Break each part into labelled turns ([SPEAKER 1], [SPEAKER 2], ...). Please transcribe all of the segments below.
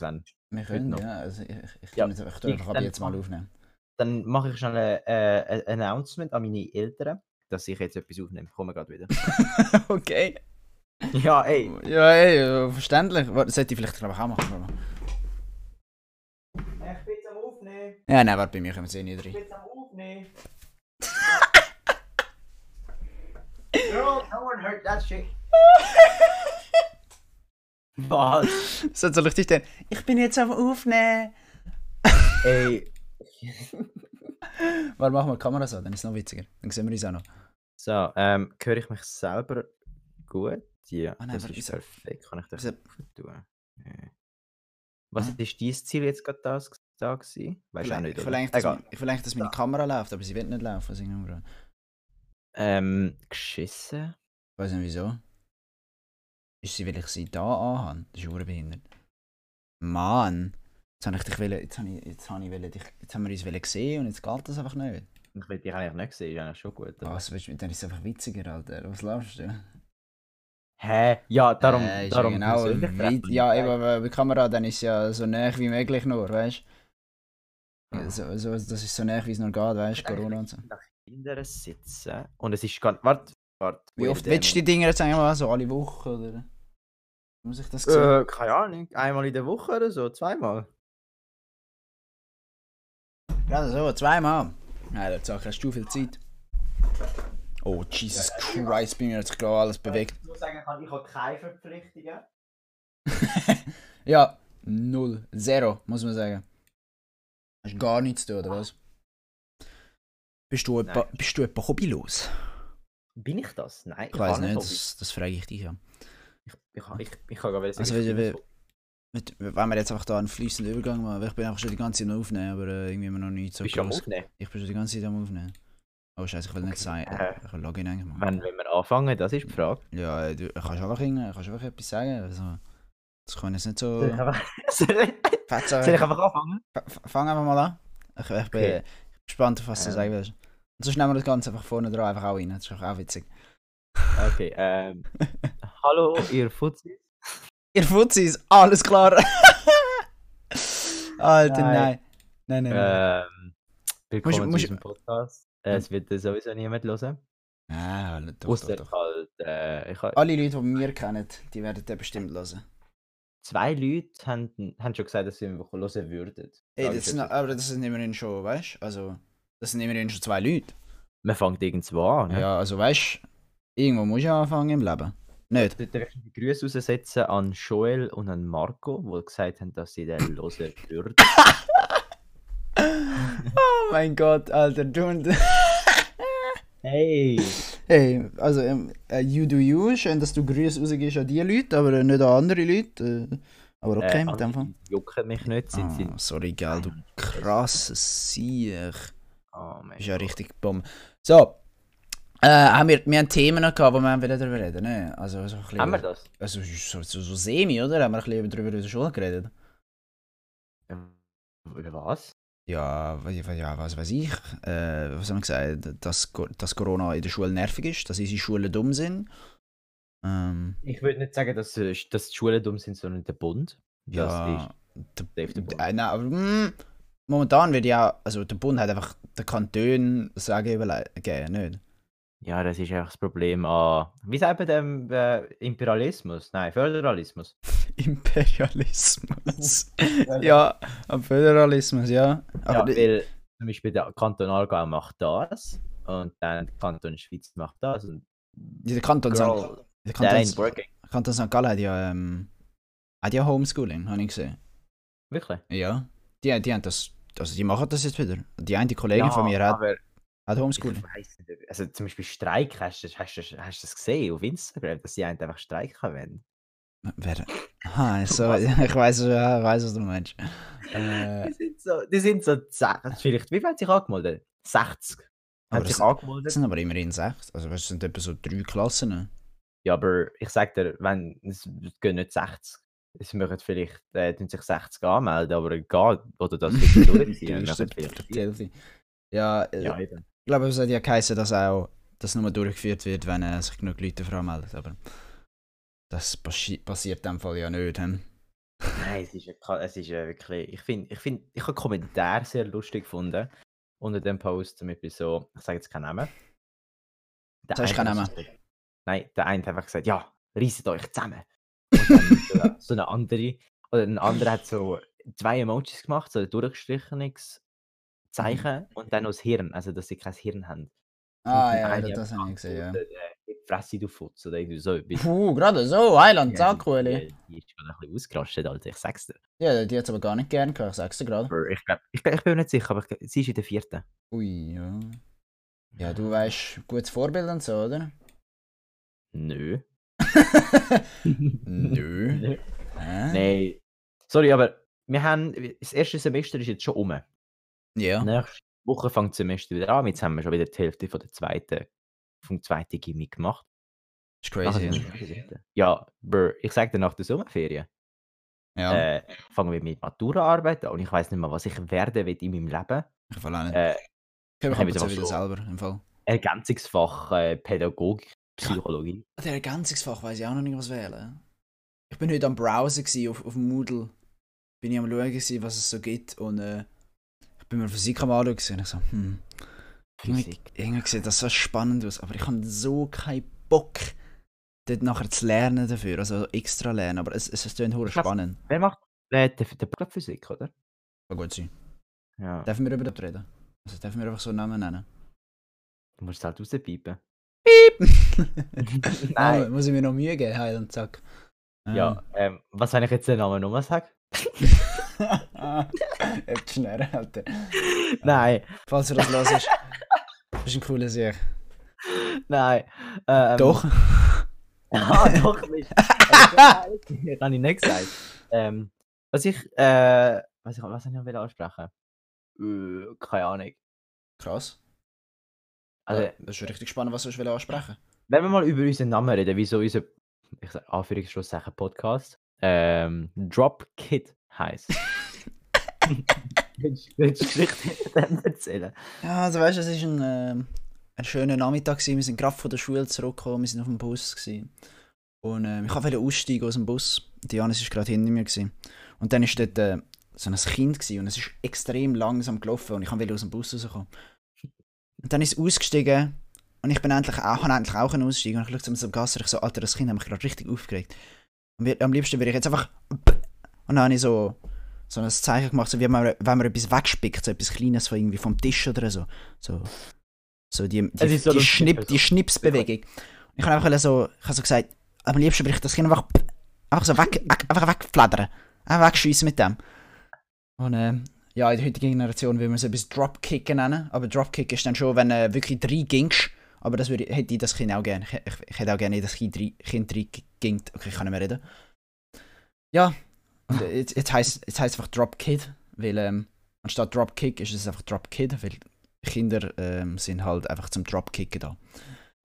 [SPEAKER 1] dann.
[SPEAKER 2] Wir können,
[SPEAKER 1] noch.
[SPEAKER 2] ja. Also ich, ich, ich
[SPEAKER 1] Ja,
[SPEAKER 2] kann jetzt einfach den
[SPEAKER 1] ich-
[SPEAKER 2] Rabbi
[SPEAKER 1] dann-
[SPEAKER 2] jetzt mal aufnehmen.
[SPEAKER 1] Dann mache ich schon ein, äh, ein Announcement an meine Eltern, dass ich jetzt etwas aufnehme. Ich komme gerade wieder.
[SPEAKER 2] okay.
[SPEAKER 1] ja, ey.
[SPEAKER 2] Ja, ey, äh, verständlich. Warte, sollte ich vielleicht glaube ich auch machen. oder?
[SPEAKER 1] Ich bin am Aufnehmen.
[SPEAKER 2] Ja, nein, warte, bei mir kommen sie eh nicht rein.
[SPEAKER 1] bin am Aufnehmen. Girl, no one heard that shit. Was?
[SPEAKER 2] So, soll ich dich denn? Ich bin jetzt am Aufnehmen.
[SPEAKER 1] Ey.
[SPEAKER 2] Warte, machen wir die Kamera so, dann ist es noch witziger. Dann sehen wir uns auch noch.
[SPEAKER 1] So, ähm, höre ich mich selber gut? Ja,
[SPEAKER 2] Ah nein,
[SPEAKER 1] das
[SPEAKER 2] aber
[SPEAKER 1] ist
[SPEAKER 2] wieso-
[SPEAKER 1] perfekt. Kann ich das
[SPEAKER 2] wieso-
[SPEAKER 1] tun? Äh. Was
[SPEAKER 2] Ah.
[SPEAKER 1] ist dein Ziel jetzt gerade das, da gewesen? Weißt du auch nicht,
[SPEAKER 2] ich,
[SPEAKER 1] oder?
[SPEAKER 2] will eigentlich, dass,
[SPEAKER 1] Egal.
[SPEAKER 2] mein- ich will eigentlich, dass meine Kamera läuft, aber sie wird nicht laufen. aus irgendeinem Grund.
[SPEAKER 1] Ähm, geschissen?
[SPEAKER 2] Ich weiß nicht wieso. Ist sie, weil ich sie da anhabe? Das ist urbehindert. Mann! Jetzt habe ich dich wollen, jetzt habe ich, jetzt habe ich wollen, dich, jetzt haben wir uns wollen gesehen und jetzt geht das einfach nicht.
[SPEAKER 1] Ich will dich eigentlich nicht sehen, ist eigentlich schon gut. oder?
[SPEAKER 2] Was willst du, dann ist es einfach witziger, Alter. Was laufst du?
[SPEAKER 1] Hä? Ja, darum.
[SPEAKER 2] Äh, ist ja
[SPEAKER 1] darum
[SPEAKER 2] genau,
[SPEAKER 1] persönlich
[SPEAKER 2] weit,
[SPEAKER 1] treffen.
[SPEAKER 2] ja, eben, weil bei Kamera dann ist ja so nah wie möglich nur, weißt du? Ja, So, so, das ist so nah wie es nur geht, weißt du? Corona und so.
[SPEAKER 1] Nach hinten sitzen. Und es ist gar nicht. Warte, warte.
[SPEAKER 2] Wie oft
[SPEAKER 1] weird,
[SPEAKER 2] willst du die Dinger jetzt eigentlich mal so alle Woche oder? Muss ich das sehen?
[SPEAKER 1] ähm, Äh, keine Ahnung. Einmal in der Woche oder so, zweimal.
[SPEAKER 2] Ja, so, zweimal. Nein, der Sache hast du viel Zeit. Oh, Jesus Christ, bei mir hat sich gerade alles bewegt.
[SPEAKER 1] muss sagen, ich habe keine Verpflichtungen.
[SPEAKER 2] Ja, null, zero, muss man sagen. Hast gar nichts zu tun, oder was? Bist du etwa,
[SPEAKER 1] Nein.
[SPEAKER 2] bist du etwa hobbylos?
[SPEAKER 1] Bin ich das? Nein,
[SPEAKER 2] Ich weiß
[SPEAKER 1] habe
[SPEAKER 2] nicht,
[SPEAKER 1] Hobby.
[SPEAKER 2] das, das frage ich dich ja.
[SPEAKER 1] Ich, ich, ich, ich kann gar nicht
[SPEAKER 2] Also, wenn- wenn- Mit, wenn wir jetzt einfach da einen fließenden Übergang machen, weil ich bin einfach schon die ganze Zeit noch aufnehmen, aber äh, irgendwie immer noch nicht so
[SPEAKER 1] Bist du am
[SPEAKER 2] groß.
[SPEAKER 1] Aufnehmen?
[SPEAKER 2] Ich bin schon die ganze Zeit am Aufnehmen. Oh scheiße, ich will nicht sein.
[SPEAKER 1] Äh.
[SPEAKER 2] Ich will Login eigentlich machen.
[SPEAKER 1] Wenn, wenn wir anfangen, das ist die Frage.
[SPEAKER 2] Ja, äh, du kannst einfach, irgend- kannst einfach etwas sagen. Also, das kann jetzt nicht so.
[SPEAKER 1] Soll ich einfach- Soll ich-
[SPEAKER 2] Fetzen.
[SPEAKER 1] soll ich einfach anfangen?
[SPEAKER 2] F- Fang einfach mal an. Ich, ich bin
[SPEAKER 1] Okay.
[SPEAKER 2] gespannt, auf was du
[SPEAKER 1] Ähm.
[SPEAKER 2] sagen willst. Und sonst nehmen wir das Ganze einfach vorne dran, einfach auch rein. Das ist doch auch witzig.
[SPEAKER 1] Okay, ähm. Hallo, ihr Fuzzi.
[SPEAKER 2] Ihr Fuzzis, alles klar. Alter,
[SPEAKER 1] Nein.
[SPEAKER 2] nein. Äh. Nein, nein, nein.
[SPEAKER 1] Ähm, willkommen
[SPEAKER 2] Musst-
[SPEAKER 1] zu
[SPEAKER 2] musst-
[SPEAKER 1] unserem Podcast. Äh, Es wird sowieso niemand hören.
[SPEAKER 2] Ah, doch, doch,
[SPEAKER 1] Außer
[SPEAKER 2] doch. Ah.
[SPEAKER 1] halt, äh, ich hab,
[SPEAKER 2] Alle Leute, die wir kennen, die werden den bestimmt hören.
[SPEAKER 1] zwei Leute haben, haben schon gesagt, dass sie mich hören würden.
[SPEAKER 2] Ey,
[SPEAKER 1] Sag ich
[SPEAKER 2] das sind,
[SPEAKER 1] jetzt.
[SPEAKER 2] aber das sind immerhin schon, weißt du? Also, das sind immerhin schon zwei Leute.
[SPEAKER 1] Man fängt irgendwo an. ne?
[SPEAKER 2] Ja, also weißt du, irgendwo muss ja anfangen im Leben. Nicht?
[SPEAKER 1] Dort darf ich die Grüße raussetzen an Joel und an Marco, die gesagt haben, dass sie den hören würden.
[SPEAKER 2] Oh mein Gott, Alter, du und.
[SPEAKER 1] Hey!
[SPEAKER 2] Hey, also, ähm, äh, you do you. Schön, dass du Grüße rausgehst an die Leute, aber äh, nicht an andere Leute. Äh, aber okay, mit dem Fall.
[SPEAKER 1] Jucken mich nicht, sind
[SPEAKER 2] Ah,
[SPEAKER 1] sind.
[SPEAKER 2] sorry, gell, du krasses Siech.
[SPEAKER 1] Oh mein
[SPEAKER 2] Ist ja richtig Bombe. So. Äh, haben wir, wir haben Themen noch gehabt, wo wir haben wieder darüber reden, ne? Also, so ein bisschen.
[SPEAKER 1] Haben wir das?
[SPEAKER 2] Also, so, so, so semi, oder? Haben wir ein bisschen darüber in der Schule geredet?
[SPEAKER 1] Ähm, Über was?
[SPEAKER 2] Ja, wa- wa- ja, was weiß ich. Äh, was haben wir gesagt? Dass, Co- dass Corona in der Schule nervig ist, dass unsere Schulen dumm sind. Ähm,
[SPEAKER 1] Ich würde nicht sagen, dass, äh, dass die Schulen dumm sind, sondern der Bund. Das
[SPEAKER 2] ja,
[SPEAKER 1] der
[SPEAKER 2] der,
[SPEAKER 1] Bund.
[SPEAKER 2] äh, nein, aber mm, momentan wird ja, also der Bund hat einfach den Kanton sagen überlegen, nicht?
[SPEAKER 1] Ja, das ist einfach das Problem an. Wie sagt man dem äh, Imperialismus? Nein, Föderalismus.
[SPEAKER 2] Imperialismus. ja, am Föderalismus, ja.
[SPEAKER 1] Ja,
[SPEAKER 2] Aber ja,
[SPEAKER 1] weil zum Beispiel der Kanton Aargau macht das und dann der Kanton Schweiz macht das und
[SPEAKER 2] der Kanton St.
[SPEAKER 1] Girl, that
[SPEAKER 2] Der Kanton,
[SPEAKER 1] ain't working.
[SPEAKER 2] Kanton St. Gallen hat ja, ähm, hat ja Homeschooling, habe ich gesehen.
[SPEAKER 1] Wirklich?
[SPEAKER 2] Ja, die, die haben das, also die machen das jetzt wieder. Die eine Kollegin von mir hat,
[SPEAKER 1] aber
[SPEAKER 2] hat
[SPEAKER 1] ich
[SPEAKER 2] Homeschooling.
[SPEAKER 1] weiss nicht, ob- also zum Beispiel Streik, hast du hast, du- hast du das gesehen auf Instagram, dass die einen einfach streiken wollen?
[SPEAKER 2] Wer? Ah, so, ich weiß, ja, ich weiß, was du meinst. Äh,
[SPEAKER 1] Die sind so, die sind so zäh. vielleicht, wie viel haben sich angemeldet? 60.
[SPEAKER 2] Aber
[SPEAKER 1] Haben sich
[SPEAKER 2] das-
[SPEAKER 1] angemeldet?
[SPEAKER 2] das sind aber immerhin sechs. Also, weißt, das sind etwa so drei Klassen.
[SPEAKER 1] Ja, aber ich sag dir, wenn, es gehen nicht 60. Es möchten vielleicht, äh, tun sich 60 anmelden, aber egal, oder das wird durchziehen.
[SPEAKER 2] Das
[SPEAKER 1] machen
[SPEAKER 2] ist
[SPEAKER 1] vielleicht
[SPEAKER 2] die Hälfte. ja, äh,
[SPEAKER 1] Ja, eben.
[SPEAKER 2] ich glaube, es hat ja geheißen, dass auch das nur durchgeführt wird, wenn äh, sich genug Leute dafür anmelden. Aber das passi passiert in dem Fall ja nicht. Hm?
[SPEAKER 1] Nein, es ist, ja ka- es ist ja wirklich. Ich finde, ich finde, ich habe Kommentar sehr lustig gefunden unter dem Post, damit ich so, ich sage jetzt keinen Namen. Der
[SPEAKER 2] Sagst
[SPEAKER 1] eine
[SPEAKER 2] keinen
[SPEAKER 1] hat so- Nein, der eine hat einfach gesagt, ja, reiset euch zusammen. Und dann so, eine, so eine andere, oder ein anderer hat so zwei Emojis gemacht, so ein durchgestrichenes
[SPEAKER 2] Mhm.
[SPEAKER 1] Zeichen und dann noch das Hirn, also dass sie kein Hirn haben.
[SPEAKER 2] Ah,
[SPEAKER 1] Und die
[SPEAKER 2] ja,
[SPEAKER 1] eine
[SPEAKER 2] das,
[SPEAKER 1] hat
[SPEAKER 2] das habe ich gesehen, ja.
[SPEAKER 1] geantwortet, äh, Fresse du Futz oder irgendwie so etwas.
[SPEAKER 2] Puh, gerade so, Heiland,
[SPEAKER 1] Ja,
[SPEAKER 2] sag cool.
[SPEAKER 1] die- Die ist schon ein bisschen ausgerastet, Alter, ich sag's dir.
[SPEAKER 2] Ja, die hat aber gar nicht gern gehabt, ich sag's dir gerade.
[SPEAKER 1] Aber ich, glaub, ich, glaub- ich bin mir nicht sicher, aber ich, glaub, sie ist in der vierten.
[SPEAKER 2] Ui, ja. Ja, du weißt, gutes Vorbild und so, oder?
[SPEAKER 1] Nö.
[SPEAKER 2] Nö.
[SPEAKER 1] Nö.
[SPEAKER 2] Hä?
[SPEAKER 1] Nein. Sorry, aber wir haben. Das erste Semester ist jetzt schon um.
[SPEAKER 2] Ja.
[SPEAKER 1] Nächste Woche fängt das Semester wieder an. Jetzt haben wir schon wieder die Hälfte von der zweiten, vom zweiten Gimmick gemacht.
[SPEAKER 2] Ist
[SPEAKER 1] Nachher
[SPEAKER 2] crazy.
[SPEAKER 1] sind wir schon wieder- Ja, bro, ich sag dir nach der Sommerferien.
[SPEAKER 2] Ja, ja.
[SPEAKER 1] Äh, fangen wir mit Maturaarbeit an und ich weiß nicht mal, was ich werden will in meinem Leben.
[SPEAKER 2] ich fall auch nicht.
[SPEAKER 1] Äh,
[SPEAKER 2] ich
[SPEAKER 1] ich
[SPEAKER 2] habe
[SPEAKER 1] habe
[SPEAKER 2] jetzt
[SPEAKER 1] wieder
[SPEAKER 2] wieder
[SPEAKER 1] was
[SPEAKER 2] selber, im Fall.
[SPEAKER 1] Ergänzungsfach äh, Pädagogik, Psychologie.
[SPEAKER 2] Der Ergänzungsfach weiß ich auch noch nicht, was wählen. Ich bin heute am Browsen gewesen, auf, auf Moodle. Bin ich am schauen, gewesen, was es so gibt und äh, ich bin mir Physik am anschauen gewesen, und ich so, hm. Irgendwie,
[SPEAKER 1] Physik.
[SPEAKER 2] irgendwie sieht das so spannend aus, aber ich habe so keinen Bock, dort nachher zu lernen dafür, also extra lernen, aber es, es, es klingt hure
[SPEAKER 1] Krass.
[SPEAKER 2] spannend.
[SPEAKER 1] Wer macht äh, der, der Bachelor Physik, oder?
[SPEAKER 2] Kann gut sein.
[SPEAKER 1] Ja.
[SPEAKER 2] Dürfen wir über das reden? Also dürfen wir einfach so einen Namen nennen?
[SPEAKER 1] Du musst es halt rauspiepen.
[SPEAKER 2] Nein.
[SPEAKER 1] Nein.
[SPEAKER 2] muss ich mir noch Mühe geben, heil und zack. Ehm,
[SPEAKER 1] Ja, ähm, was, wenn ich jetzt den Namen nochmal sage?
[SPEAKER 2] Jetzt schnell, Alter.
[SPEAKER 1] nein,
[SPEAKER 2] Falls du das hörst, bist ein cooler Sieg.
[SPEAKER 1] nein. Ähm,
[SPEAKER 2] Doch.
[SPEAKER 1] ah, doch nicht. Äh, das habe ich nicht gesagt. Ähm, was ich, äh, was ich, was ich noch will ansprechen? Äh, keine Ahnung.
[SPEAKER 2] Krass.
[SPEAKER 1] Also,
[SPEAKER 2] Ja, das ist richtig spannend, was du willst ansprechen
[SPEAKER 1] wenn wir mal über unseren Namen reden, wieso unser, ich sage Anführungsschlusszeichen Podcast, ähm, Dropkit heisst. Willst willst du die Geschichte dann erzählen?
[SPEAKER 2] Ja, also weißt du, es war ein, ähm, ein schöner Nachmittag. Gewesen. Wir sind gerade von der Schule zurückgekommen, wir sind auf dem Bus. Gewesen. Und ähm, ich wollte aussteigen aus dem Bus. Die Janis war gerade hinter mir. Gewesen. Und dann war dort äh, so ein Kind gewesen, und es ist extrem langsam gelaufen und ich wollte aus dem Bus rauskommen. Und dann ist es ausgestiegen und ich bin endlich auch, habe endlich auch können aussteigen und ich schaue zu mir zum Gasser und ich so, Alter, das Kind hat mich gerade richtig aufgeregt. Und wir, am liebsten würde ich jetzt einfach... Und dann habe ich so so ein Zeichen gemacht, so wie man, wenn man etwas wegspickt, so etwas Kleines von irgendwie vom Tisch oder so. So, so die, die,
[SPEAKER 1] Es
[SPEAKER 2] die,
[SPEAKER 1] ist so lustig,
[SPEAKER 2] Schnipp,
[SPEAKER 1] also.
[SPEAKER 2] die Schnipsbewegung. Und ich habe einfach so, ich habe so gesagt, am liebsten würde ich das Kind einfach, einfach so weg, weg, einfach wegfladdern. Einfach wegschiessen mit dem. Und ähm, ja, in der heutigen Generation will man es etwas Dropkicken nennen, aber Dropkick ist dann schon, wenn äh, wirklich drei gingst. Aber das würde, hätte ich das Kind auch gerne. Ich, ich, ich hätte auch gerne, dass das Kind drei, kind drei gingt. Okay, ich kann nicht mehr reden. Ja, und äh, jetzt, jetzt heisst es heisst einfach Dropkid, weil ähm, anstatt Dropkick ist es einfach Dropkid, weil Kinder ähm, sind halt einfach zum Dropkicken da.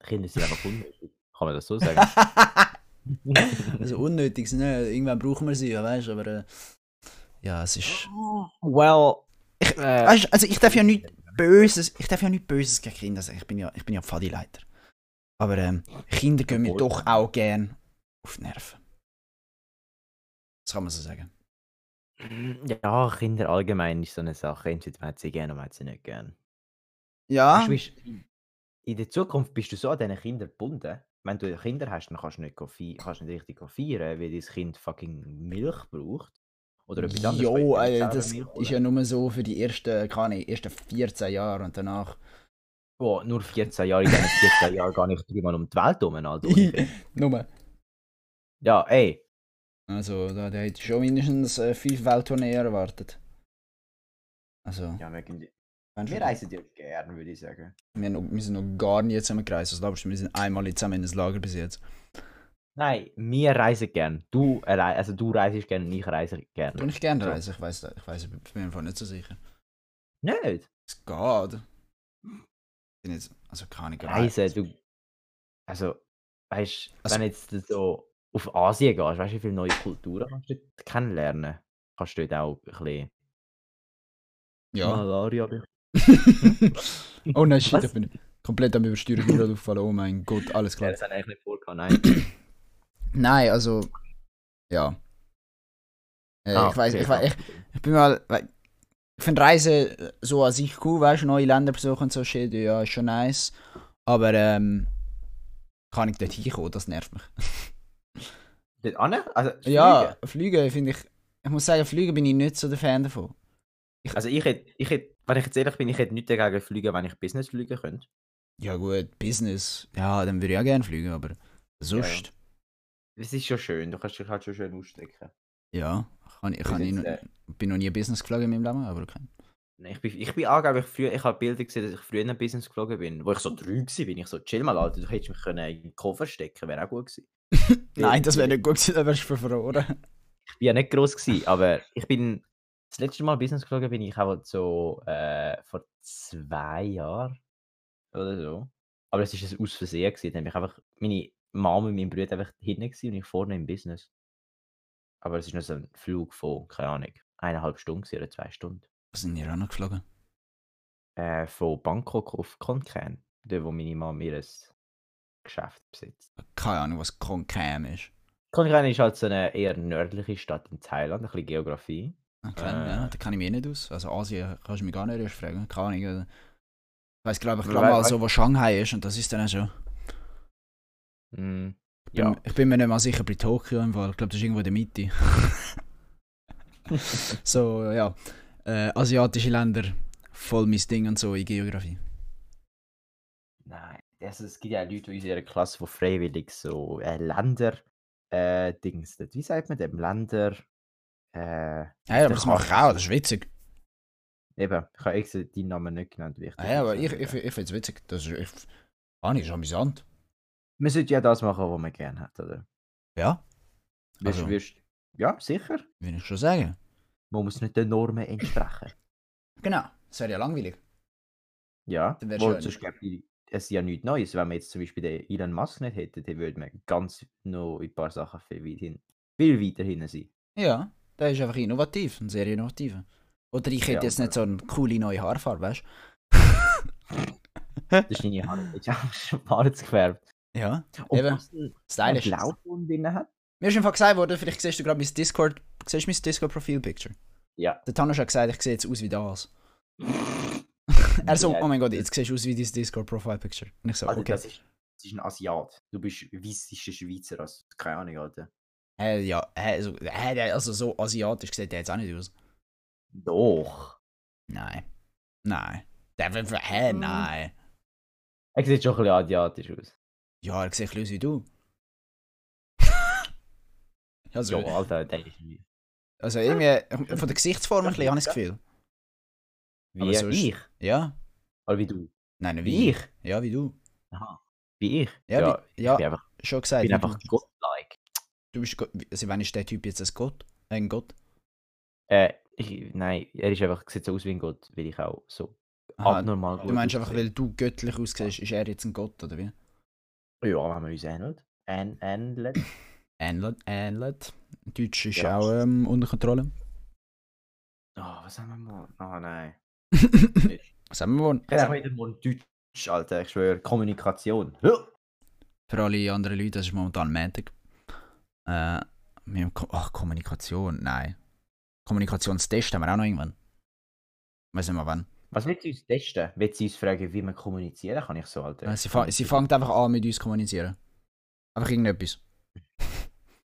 [SPEAKER 1] Kinder sind einfach unnötig. Kann man das so sagen?
[SPEAKER 2] Also unnötig, ne? irgendwann brauchen wir sie, ja, weißt du, aber äh, ja, es ist...
[SPEAKER 1] well,
[SPEAKER 2] Ich-
[SPEAKER 1] äh,
[SPEAKER 2] Weißt, du, also ich darf ja nichts Böses, ich darf ja nichts Böses gegen Kinder sagen, ich bin ja, ich bin ja Pfadileiter. Aber ähm, Kinder gehen mir
[SPEAKER 1] Obwohl-
[SPEAKER 2] doch auch gern auf die Nerven. Das kann man so sagen. Ah.
[SPEAKER 1] Ja, Kinder allgemein ist so eine Sache. Entweder man hat sie gerne oder man hat sie nicht gerne.
[SPEAKER 2] Ja, Ah.
[SPEAKER 1] Weißt du, bist- in der Zukunft bist du so an diesen Kindern gebunden. Wenn du Kinder hast, dann kannst du nicht, go fei- kannst nicht richtig go feiern, weil dein Kind fucking Milch braucht. Oder etwas anderes. kann
[SPEAKER 2] jo,
[SPEAKER 1] ich dir nicht
[SPEAKER 2] Alter,
[SPEAKER 1] selber
[SPEAKER 2] das
[SPEAKER 1] Milch
[SPEAKER 2] ist
[SPEAKER 1] holen.
[SPEAKER 2] ja nur so für die ersten, keine Ahnung, ersten 14 Jahre und danach...
[SPEAKER 1] Boah, nur 14 Jahre, in diesen 14 Jahren gar nicht dreimal um die Welt rum, Alter. ohne Grund.
[SPEAKER 2] nur.
[SPEAKER 1] Ja, ey.
[SPEAKER 2] Also, da, da hätte ich schon mindestens äh, fünf Welttourneen erwartet. Also,
[SPEAKER 1] Ja, wir, können-
[SPEAKER 2] wenn schon-
[SPEAKER 1] wir reisen ja gerne, würde ich sagen.
[SPEAKER 2] wir, noch- wir sind noch gar nie zusammengereist, was glaubst du, wir sind einmal zusammen in das Lager bis jetzt.
[SPEAKER 1] Nein, wir reisen gerne. Du, errei- also du reisest gerne und ich reise
[SPEAKER 2] Bin
[SPEAKER 1] gerne.
[SPEAKER 2] ich gerne reisen? Ich weiß, ich weiß, ich bin mir einfach nicht so sicher.
[SPEAKER 1] Nicht.
[SPEAKER 2] Es geht. Bin jetzt, also keine
[SPEAKER 1] Reisen, du. Also, weißt du,
[SPEAKER 2] Also-
[SPEAKER 1] wenn jetzt du so auf Asien gehst, weißt du, wie viele neue Kulturen kannst du dort kennenlernen? Kannst du dort auch ein bisschen
[SPEAKER 2] Ja.
[SPEAKER 1] Malaria
[SPEAKER 2] oh nein, shit,
[SPEAKER 1] Was?
[SPEAKER 2] ich bin komplett am Übersteuern gerade aufgefallen. Oh mein Gott, alles klar.
[SPEAKER 1] Das habe ich
[SPEAKER 2] Äh,
[SPEAKER 1] eigentlich nicht vorgehabt, nein.
[SPEAKER 2] Nein, also. Ja. Äh,
[SPEAKER 1] Ah,
[SPEAKER 2] ich weiß,
[SPEAKER 1] okay,
[SPEAKER 2] ich, weiß, ich, ich bin mal. wei- Ich finde Reisen äh, so an sich cool, weißt du, neue Länder besuchen und so shit, ja, ist schon nice. Aber ähm, kann ich dort hinkommen, das nervt mich.
[SPEAKER 1] Dort an? Also, fliegen?
[SPEAKER 2] Ja, Flüge finde ich. Ich muss sagen, Flüge bin ich nicht so der Fan davon.
[SPEAKER 1] Also ich hätte, ich hätte, wenn ich jetzt ehrlich bin, ich hätte nichts dagegen fliegen, wenn ich Business fliegen könnte.
[SPEAKER 2] Ja gut, Business. Ja, dann würde ich auch gerne fliegen, aber sonst.
[SPEAKER 1] Es ist schon schön, du kannst dich halt schon schön ausstrecken.
[SPEAKER 2] Ja, kann ich, kann ich
[SPEAKER 1] Business,
[SPEAKER 2] noch,
[SPEAKER 1] äh.
[SPEAKER 2] bin noch nie Business geflogen in meinem Leben, aber okay.
[SPEAKER 1] Nein, Ich bin, ich bin angeblich früher, ich habe Bilder gesehen, dass ich früher in ein Business geflogen bin, wo ich so drei war, bin ich so, chill mal, Alter, du hättest mich können in den Koffer stecken, wäre auch gut gewesen.
[SPEAKER 2] Nein, das wäre nicht gut gewesen, dann wärst du verfroren.
[SPEAKER 1] Ich bin ja nicht gross gewesen, aber ich bin, das letzte Mal Business geflogen bin ich auch so äh, vor zwei Jahren oder so. Aber es ist ein aus Versehen gewesen, nämlich einfach, meine Mama und mein Bruder einfach hinten gewesen und ich vorne im Business. Aber es ist nur so ein Flug von, keine Ahnung, eineinhalb Stunden gewesen oder zwei Stunden.
[SPEAKER 2] Was sind ihr auch noch geflogen?
[SPEAKER 1] äh, von Bangkok auf Konkan, dort wo meine Mama ihr Geschäft besitzt.
[SPEAKER 2] Keine Ahnung, was Konkem ist.
[SPEAKER 1] Konkan ist halt so eine eher nördliche Stadt in Thailand, ein bisschen Geografie.
[SPEAKER 2] Okay,
[SPEAKER 1] Äh.
[SPEAKER 2] ja, da kann ich mich eh nicht aus. Also Asien kannst du mich gar nicht erst fragen. Keine Ahnung. äh, Ich weiß glaube ich
[SPEAKER 1] Weil-
[SPEAKER 2] glaube mal
[SPEAKER 1] weil-
[SPEAKER 2] so, wo Shanghai ist und das ist dann auch schon.
[SPEAKER 1] Mm,
[SPEAKER 2] Ich bin-
[SPEAKER 1] ja.
[SPEAKER 2] Ich bin mir nicht mal sicher bei Tokio im Fall. Ich glaube, das ist irgendwo in der Mitte. so, ja. Äh, asiatische Länder, voll mein Ding und so in Geografie.
[SPEAKER 1] Nein, also, es gibt ja Leute in unserer Klasse, die freiwillig so äh, Länder, äh, Dings, dort- wie sagt man dem, Länder, äh,
[SPEAKER 2] Ja, ja, aber
[SPEAKER 1] der
[SPEAKER 2] das mache ich
[SPEAKER 1] Karte.
[SPEAKER 2] auch, das ist witzig.
[SPEAKER 1] eben, ich habe extra deinen Namen nicht genannt, wie ich
[SPEAKER 2] Ah Ja,
[SPEAKER 1] das
[SPEAKER 2] ja, aber
[SPEAKER 1] jetzt
[SPEAKER 2] ich,
[SPEAKER 1] sagen
[SPEAKER 2] ich,
[SPEAKER 1] will.
[SPEAKER 2] ich finde es witzig. Das ist, ich, ah, nicht, ist amüsant.
[SPEAKER 1] Man sollte ja das machen, was man gerne hat, oder?
[SPEAKER 2] Ja,
[SPEAKER 1] Wirst,
[SPEAKER 2] Also.
[SPEAKER 1] wirst, ja, sicher.
[SPEAKER 2] will ich schon sagen.
[SPEAKER 1] Man muss nicht den Normen entsprechen.
[SPEAKER 2] Genau, das wäre ja langweilig.
[SPEAKER 1] Ja,
[SPEAKER 2] Dann wär's
[SPEAKER 1] weil
[SPEAKER 2] schön.
[SPEAKER 1] sonst gäbe ich- es ist ja nichts Neues. Wenn wir jetzt zum Beispiel den Elon Musk nicht hätten, dann würde man ganz noch in ein paar Sachen viel, weit hin, viel weiter hinten sein.
[SPEAKER 2] Ja, der ist einfach innovativ, ein sehr innovativer. Oder ich hätte
[SPEAKER 1] Ja,
[SPEAKER 2] jetzt nicht so eine coole neue Haarfarbe, weißt du?
[SPEAKER 1] Das ist deine Hand jetzt auch schwarz gefärbt.
[SPEAKER 2] Ja,
[SPEAKER 1] Und
[SPEAKER 2] Eben.
[SPEAKER 1] was ein ein
[SPEAKER 2] stylisch.
[SPEAKER 1] Blauton drin hat?
[SPEAKER 2] Mir ist einfach gesagt worden, vielleicht siehst du gerade mein Discord, siehst du mein Discord-Profil-Picture?
[SPEAKER 1] Ja.
[SPEAKER 2] Der Thanos hat gesagt, ich sehe jetzt aus wie das. Er so,
[SPEAKER 1] Ja,
[SPEAKER 2] oh mein Gott, jetzt siehst du aus wie dein Discord-Profile-Picture. Und ich so,
[SPEAKER 1] also
[SPEAKER 2] okay.
[SPEAKER 1] das, ist, das ist ein Asiat. Du bist weissischer Schweizer, also keine Ahnung, Alter.
[SPEAKER 2] Äh, ja, äh, so, äh, der- also so asiatisch sieht der jetzt auch nicht aus.
[SPEAKER 1] Doch.
[SPEAKER 2] Nein. Nein. Der, wird- hä,
[SPEAKER 1] Mhm.
[SPEAKER 2] nein.
[SPEAKER 1] Er sieht schon ein bisschen asiatisch aus.
[SPEAKER 2] Ja, er sieht ein bisschen aus wie du.
[SPEAKER 1] Ja,
[SPEAKER 2] also,
[SPEAKER 1] Alter, der ist wie.
[SPEAKER 2] also irgendwie, von der Gesichtsform ein bisschen, habe ich das Gefühl. Aber
[SPEAKER 1] Wie
[SPEAKER 2] sonst-
[SPEAKER 1] ich?
[SPEAKER 2] Ja.
[SPEAKER 1] Oder wie du?
[SPEAKER 2] Nein, wie,
[SPEAKER 1] Wie
[SPEAKER 2] ich.
[SPEAKER 1] ich?
[SPEAKER 2] Ja, wie du.
[SPEAKER 1] Aha. Wie ich?
[SPEAKER 2] Ja, wie, ja
[SPEAKER 1] Ich bin einfach,
[SPEAKER 2] schon gesagt.
[SPEAKER 1] bin
[SPEAKER 2] wie
[SPEAKER 1] einfach
[SPEAKER 2] du,
[SPEAKER 1] godlike.
[SPEAKER 2] du bist, Gott- also wenn ist der Typ jetzt ein Gott? Ein Gott?
[SPEAKER 1] Äh, ich, nein, er ist einfach, sieht so aus wie ein Gott, weil ich auch so
[SPEAKER 2] Aha,
[SPEAKER 1] abnormal
[SPEAKER 2] du meinst einfach,
[SPEAKER 1] aussehe.
[SPEAKER 2] weil du göttlich aussiehst, ist er jetzt ein Gott, oder wie?
[SPEAKER 1] Ja, wenn man uns ähnelt. Ähn- Ähnelt.
[SPEAKER 2] Ähnlet, ähnlet. Deutsch ist
[SPEAKER 1] Ja.
[SPEAKER 2] auch ähm, unter Kontrolle.
[SPEAKER 1] Oh, was haben wir mal? Oh nein. Genau.
[SPEAKER 2] Was haben wir wohl?
[SPEAKER 1] Ich habe wieder mal Deutsch, Alter, ich schwöre. Kommunikation. Ja.
[SPEAKER 2] Für alle anderen Leute, das ist momentan Montag. Äh, wir haben Ko Ach, Kommunikation, nein. Kommunikationstest haben wir auch noch irgendwann. Weiß nicht mal wann.
[SPEAKER 1] Was willst du uns testen? Willst du uns fragen, wie man kommunizieren kann? Ich so, Alter.
[SPEAKER 2] Äh, sie, fa sie fängt einfach an mit uns zu kommunizieren. Einfach irgendetwas.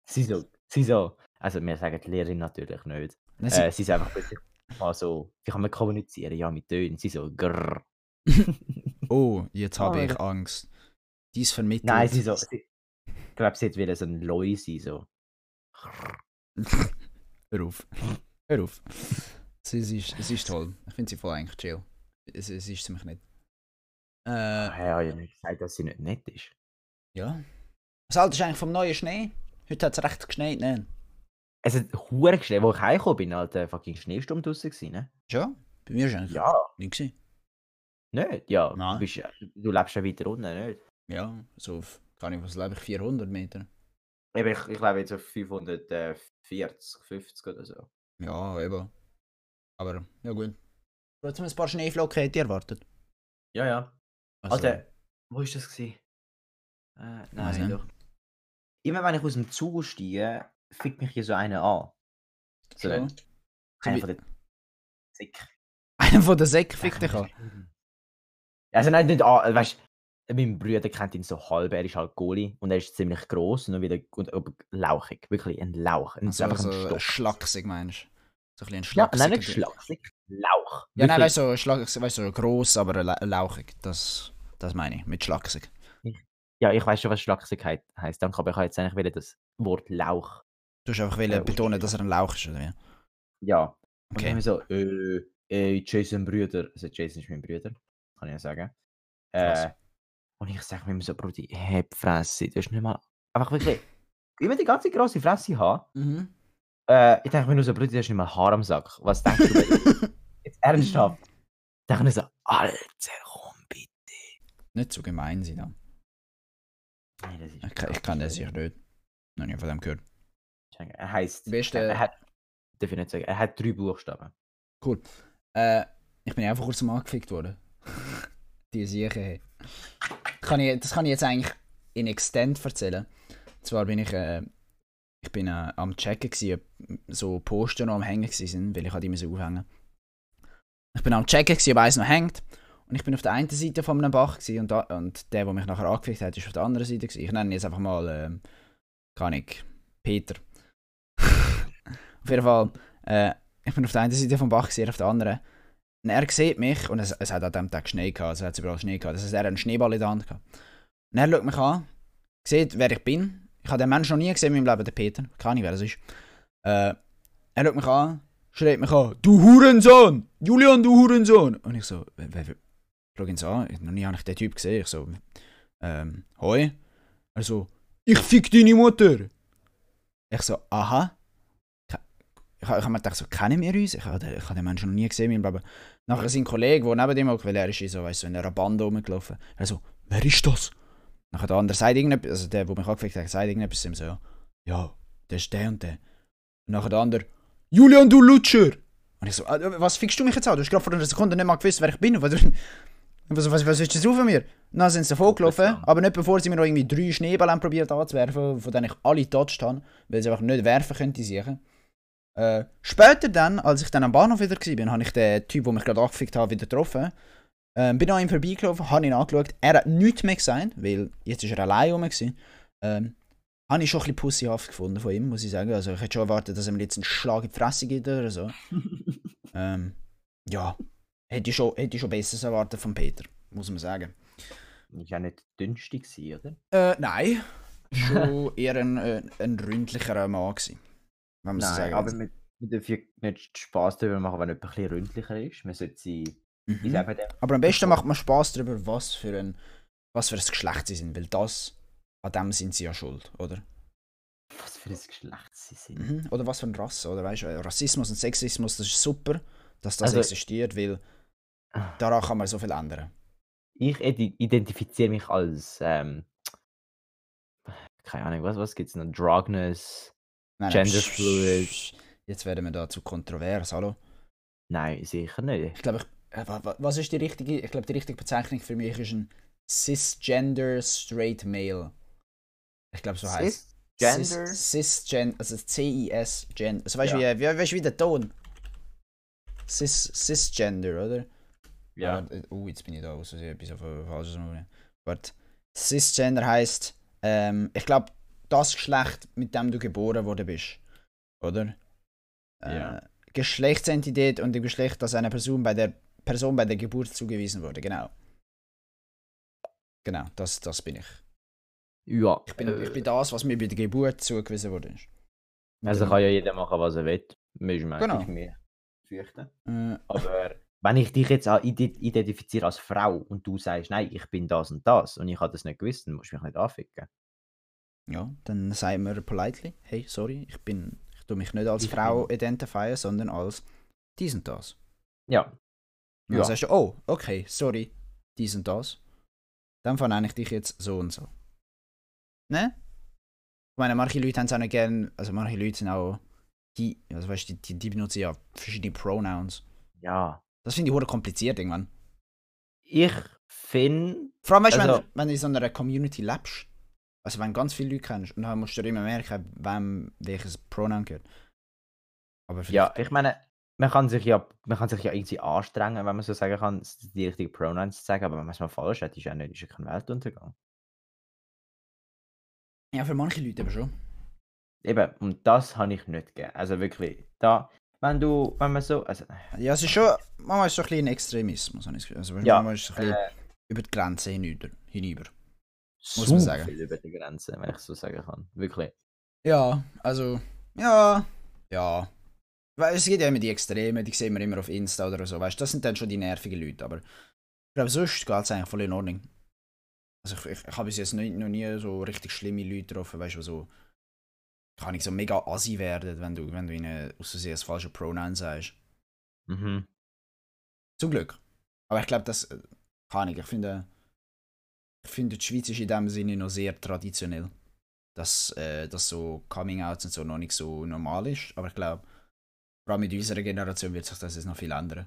[SPEAKER 1] Sie so. Sie so. Also, wir sagen die Lehrerin natürlich nicht.
[SPEAKER 2] Nein, sie,
[SPEAKER 1] Äh, sie ist einfach plötzlich mal so, wie kann man kommunizieren? Ja, mit Tönen. Sie so, grrr.
[SPEAKER 2] oh, jetzt habe
[SPEAKER 1] Ah,
[SPEAKER 2] ich
[SPEAKER 1] ja.
[SPEAKER 2] Angst. Dies vermittelt.
[SPEAKER 1] Nein, sie so. Sie, ich glaube, sie will so ein Leu sein, so.
[SPEAKER 2] Hör auf. Hör auf. Sie, sie, ist, sie ist toll. Ich finde sie voll eigentlich chill. Sie, sie ist ziemlich nett. Äh,
[SPEAKER 1] Ah, Ja, ich habe nicht gesagt, dass sie nicht nett ist.
[SPEAKER 2] ja. Was haltest du eigentlich vom neuen Schnee? Heute hat es recht geschneit, nein?
[SPEAKER 1] Es hat hure geschneit, wo ich heimgekommen bin, Alter, fucking Schneesturm draussen gewesen, ne?
[SPEAKER 2] Ja? Bei mir ist eigentlich
[SPEAKER 1] Ja.
[SPEAKER 2] nicht gewesen.
[SPEAKER 1] Nicht? Ja.
[SPEAKER 2] Nein.
[SPEAKER 1] Du, bist, ja- du lebst ja weiter unten, nicht?
[SPEAKER 2] Ja, so auf, kann ich, was lebe ich, 400 Meter.
[SPEAKER 1] Eben, ich, ich lebe jetzt auf 540, 50 oder so.
[SPEAKER 2] Ja, eben. Aber, ja gut. Trotzdem ein paar Schneeflocken hätte ich erwartet.
[SPEAKER 1] Ja, ja.
[SPEAKER 2] Also,
[SPEAKER 1] Alter, wo ist das gewesen? Äh,
[SPEAKER 2] Weiss
[SPEAKER 1] nein,
[SPEAKER 2] nicht.
[SPEAKER 1] doch. Immer wenn ich aus dem Zug steige, fickt mich hier so einer an. So, ja.
[SPEAKER 2] So
[SPEAKER 1] Einer
[SPEAKER 2] wie-
[SPEAKER 1] von den Sick.
[SPEAKER 2] Einer von den Säcken fickt dich an.
[SPEAKER 1] Also nein, nicht an, weißt du, mein Bruder kennt ihn so halb, er ist halt Goalie und er ist ziemlich gross und dann wieder und, aber lauchig, wirklich ein Lauch. Ein,
[SPEAKER 2] Also,
[SPEAKER 1] einfach
[SPEAKER 2] also
[SPEAKER 1] ein
[SPEAKER 2] ein
[SPEAKER 1] Stock.
[SPEAKER 2] Schlagsig meinst du? So ein bisschen
[SPEAKER 1] ja,
[SPEAKER 2] ein Schlagsig.
[SPEAKER 1] nein, nicht schlagsig, Lauch.
[SPEAKER 2] Ja, nein,
[SPEAKER 1] Wirklich.
[SPEAKER 2] weißt du, Schlagsig, weißt du, gross, aber la- lauchig. Das, das meine ich, mit Schlagsig.
[SPEAKER 1] ja, ich weiß schon, was Schlagsig he heisst, danke, aber ich habe jetzt eigentlich wieder das Wort Lauch.
[SPEAKER 2] Du hast einfach wollen
[SPEAKER 1] Ja,
[SPEAKER 2] betonen, dass er ein Lauch ist, oder wie?
[SPEAKER 1] Ja. Und
[SPEAKER 2] Okay.
[SPEAKER 1] dann haben wir so, äh, äh, Jason Brüder, also Jason ist mein Brüder, kann ich ja sagen. Äh,
[SPEAKER 2] Krass.
[SPEAKER 1] und ich sage mir immer so, Brudi, heb Fresse, du hast nicht mal, einfach wirklich, immer die ganze grosse Fresse haben.
[SPEAKER 2] Mhm.
[SPEAKER 1] Äh, ich denke mir nur so, Brudi, du hast nicht mal Haar am Sack. Was denkst du? denn? Jetzt ernsthaft. Ich denke mir so, Alter, komm bitte.
[SPEAKER 2] Nicht so gemein sein, ja.
[SPEAKER 1] Nein, das ist
[SPEAKER 2] Ich, ich kann das sicher nicht. Noch nie von dem gehört.
[SPEAKER 1] Er heisst,
[SPEAKER 2] Bist,
[SPEAKER 1] er,
[SPEAKER 2] äh,
[SPEAKER 1] er hat, darf ich nicht sagen, er hat drei Buchstaben.
[SPEAKER 2] Äh, ich bin einfach kurz mal angefickt worden. Die Sieche. hey. Kann ich, das kann ich jetzt eigentlich in Extent erzählen. Zwar bin ich, äh, ich bin äh, am Checken gewesen, ob so Poster noch am Hängen gewesen sind, weil ich halt immer so aufhängen. Ich bin am Checken gewesen, ob eins noch hängt. Und ich bin auf der einen Seite von einem Bach gewesen, und, da, und der, der mich nachher angefickt hat, ist auf der anderen Seite gewesen. Ich nenne ihn jetzt einfach mal, ähm, kann ich, Peter. auf jeden Fall, äh, ich bin auf der einen Seite vom Bach gewesen, er auf der anderen. Und er sieht mich, und es, es hat an diesem Tag Schnee gehabt, also hat es überall Schnee gehabt. Das heißt, er hat einen Schneeball in der Hand gehabt. Und er schaut mich an, sieht, wer ich bin. Ich habe den Menschen noch nie gesehen in meinem Leben, den Peter. Keine Ahnung, wer das ist. Äh, er schaut mich an, schreit mich an, du Hurensohn! Julian, du Hurensohn! Und ich so, wer, wer, wer? schau ihn so an, noch nie habe ich den Typ gesehen. Ich so, ähm, hoi? Er so, ich fick deine Mutter! Ich so, aha. Ke- Ich, ich habe mir gedacht, so kennen wir uns? Ich habe den, ich habe den Menschen noch nie gesehen in meinem Leben. Nachher sein Kollege, der neben ihm auch, weil er ist in so, weißt, so in einer Bande rumgelaufen. Er so, wer ist das? Nachher der andere sagt irgendetwas, also der, der mich angefragt hat, sagt irgendetwas zu ihm so, ja, ja, das ist der und der. Und nachher der andere, Julian, du Lutscher! Und ich so, «Ah, was fickst du mich jetzt an? Du hast gerade vor einer Sekunde nicht mal gewusst, wer ich bin. Und Was, was, was, was willst du jetzt auf von mir? Und dann sind sie davongelaufen,
[SPEAKER 1] Interessant.
[SPEAKER 2] aber nicht bevor sie mir noch irgendwie drei Schneebälle haben probiert anzuwerfen, von denen ich alle getatscht habe, weil sie einfach nicht werfen können, die Sachen. Äh, später dann, als ich dann am Bahnhof wieder war, habe ich den Typ, den mich gerade angefickt hat, wieder getroffen. Ähm, bin an ihm vorbeigelaufen, habe ihn angeschaut. Er hat nichts mehr gesagt, weil jetzt ist er allein rum. gewesen. Ähm, habe ich schon ein bisschen pussyhaft gefunden von ihm, muss ich sagen. Also ich hätte schon erwartet, dass er mir jetzt einen Schlag in die Fresse gibt oder so. ähm, ja, hätte ich, schon, hätte ich schon Besseres erwartet von Peter, muss man sagen.
[SPEAKER 1] Ist ja nicht dünstig gewesen, oder?
[SPEAKER 2] Äh, nein. Schon eher ein, äh, ein ründlicherer Mann gewesen. Wenn man so
[SPEAKER 1] Nein,
[SPEAKER 2] sagen
[SPEAKER 1] aber
[SPEAKER 2] aber
[SPEAKER 1] wir, wir dürfen ja nicht Spass darüber machen, wenn jemand ein bisschen ründlicher ist. Man sollte sie, wie
[SPEAKER 2] mhm.
[SPEAKER 1] sagen wir dem?
[SPEAKER 2] aber am besten macht man Spaß darüber, was für ein was für ein Geschlecht sie sind, weil das, an dem sind sie ja schuld, oder?
[SPEAKER 1] was für ein Geschlecht sie sind.
[SPEAKER 2] Mhm. Oder was für eine Rasse, oder weißt du, äh, Rassismus und Sexismus, das ist super, dass das
[SPEAKER 1] Also-
[SPEAKER 2] existiert, weil daran kann man so viel ändern.
[SPEAKER 1] Ich ide- identifiziere mich als, ähm, keine Ahnung, was, was gibt's noch? Drugness.
[SPEAKER 2] Nein,
[SPEAKER 1] Genderfluid.
[SPEAKER 2] psch, psch, Jetzt werden wir da zu kontrovers, hallo?
[SPEAKER 1] Nein, sicher nicht.
[SPEAKER 2] Ich glaube, ich, äh, wa- wa- was ist die richtige, ich glaube, die richtige Bezeichnung für mich ist ein Cisgender Straight Male. Ich glaube, so heißt
[SPEAKER 1] Cisgender?
[SPEAKER 2] Cis, Cisgen, also C-I-S, Gen, also weißt du,
[SPEAKER 1] Ja.
[SPEAKER 2] wie, wie, weißt du, wie der Ton? Cis, Cisgender, oder?
[SPEAKER 1] Ja.
[SPEAKER 2] Aber, äh, oh, jetzt bin ich da aus Versehen etwas auf auf Falsches machen. Warte. Cisgender heißt, ähm, ich glaube, das Geschlecht, mit dem du geboren worden bist. Oder?
[SPEAKER 1] Ja.
[SPEAKER 2] Äh, Geschlechtsidentität und dem Geschlecht, das einer Person bei der Person bei der Geburt zugewiesen wurde, genau. Genau, das, das bin ich.
[SPEAKER 1] Ja.
[SPEAKER 2] Ich bin,
[SPEAKER 1] äh,
[SPEAKER 2] ich bin das, was mir bei der Geburt zugewiesen Äh, wurde.
[SPEAKER 1] also kann ja jeder machen, was er will. Mir ist
[SPEAKER 2] Genau.
[SPEAKER 1] genau. mir fürchten.
[SPEAKER 2] Äh,
[SPEAKER 1] Aber wenn ich dich jetzt auch ide- identifiziere als Frau und du sagst, nein, ich bin das und das und ich habe das nicht gewusst, dann musst du mich nicht anficken.
[SPEAKER 2] ja, dann sagen wir politely, hey, sorry, ich bin, ich tue mich nicht als
[SPEAKER 1] Ich
[SPEAKER 2] Frau identifizieren, sondern als dies und das.
[SPEAKER 1] Ja.
[SPEAKER 2] Und
[SPEAKER 1] Ja.
[SPEAKER 2] dann sagst du, oh, okay, sorry, dies und das. Dann verneine ich dich jetzt so und so. Ne? Ich meine, manche Leute haben es auch nicht gern, also manche Leute sind auch, die, also weißt du, die, die, die benutzen ja verschiedene Pronouns.
[SPEAKER 1] Ja.
[SPEAKER 2] Das finde ich hure kompliziert irgendwann.
[SPEAKER 1] Ich finde,
[SPEAKER 2] Vor allem, weißt du,
[SPEAKER 1] Also-
[SPEAKER 2] wenn, wenn du in so einer Community lebst, also wenn du ganz viele Leute kennst, und dann musst du dir immer merken, wem welches Pronoun gehört. Aber vielleicht-
[SPEAKER 1] Ja, ich meine, man kann sich ja, man kann sich ja irgendwie anstrengen, wenn man so sagen kann, s- die richtigen Pronouns zu sagen, aber wenn man es mal falsch hat, ist ja nicht, ist ja kein Weltuntergang.
[SPEAKER 2] ja, für manche Leute aber schon.
[SPEAKER 1] Eben, und das habe ich nicht gegeben. Also wirklich, da, wenn du, wenn man so, also,
[SPEAKER 2] Ja, es ist schon, manchmal ist es so ein bisschen Extremismus, habe ich das Gefühl. Also, weißt du,
[SPEAKER 1] Ja,
[SPEAKER 2] manchmal ist es ein bisschen
[SPEAKER 1] äh,
[SPEAKER 2] über die Grenze hinüber. hinüber.
[SPEAKER 1] muss
[SPEAKER 2] man
[SPEAKER 1] man
[SPEAKER 2] sagen.
[SPEAKER 1] sagen. viel über die Grenze, wenn ich so sagen kann. Wirklich.
[SPEAKER 2] Ja, also, ja, ja. Weil es gibt ja immer die Extreme, die sehen wir immer auf Insta oder so, weißt du, das sind dann schon die nervigen Leute, aber ich glaube, sonst geht es eigentlich voll in Ordnung. Also ich, ich, ich habe bis jetzt noch, noch nie so richtig schlimme Leute getroffen, weißt du, die so, kann ich so mega assi werden, wenn du, wenn du ihnen aus Versehen das falsche Pronoun sagst.
[SPEAKER 1] Mhm.
[SPEAKER 2] Zum Glück. Aber ich glaube, das äh, kann ich. Ich finde, ich finde, die Schweiz ist in dem Sinne noch sehr traditionell. Dass, äh, dass so Coming-outs und so noch nicht so normal ist. Aber ich glaube, vor allem mit unserer Generation wird sich das jetzt noch viel ändern.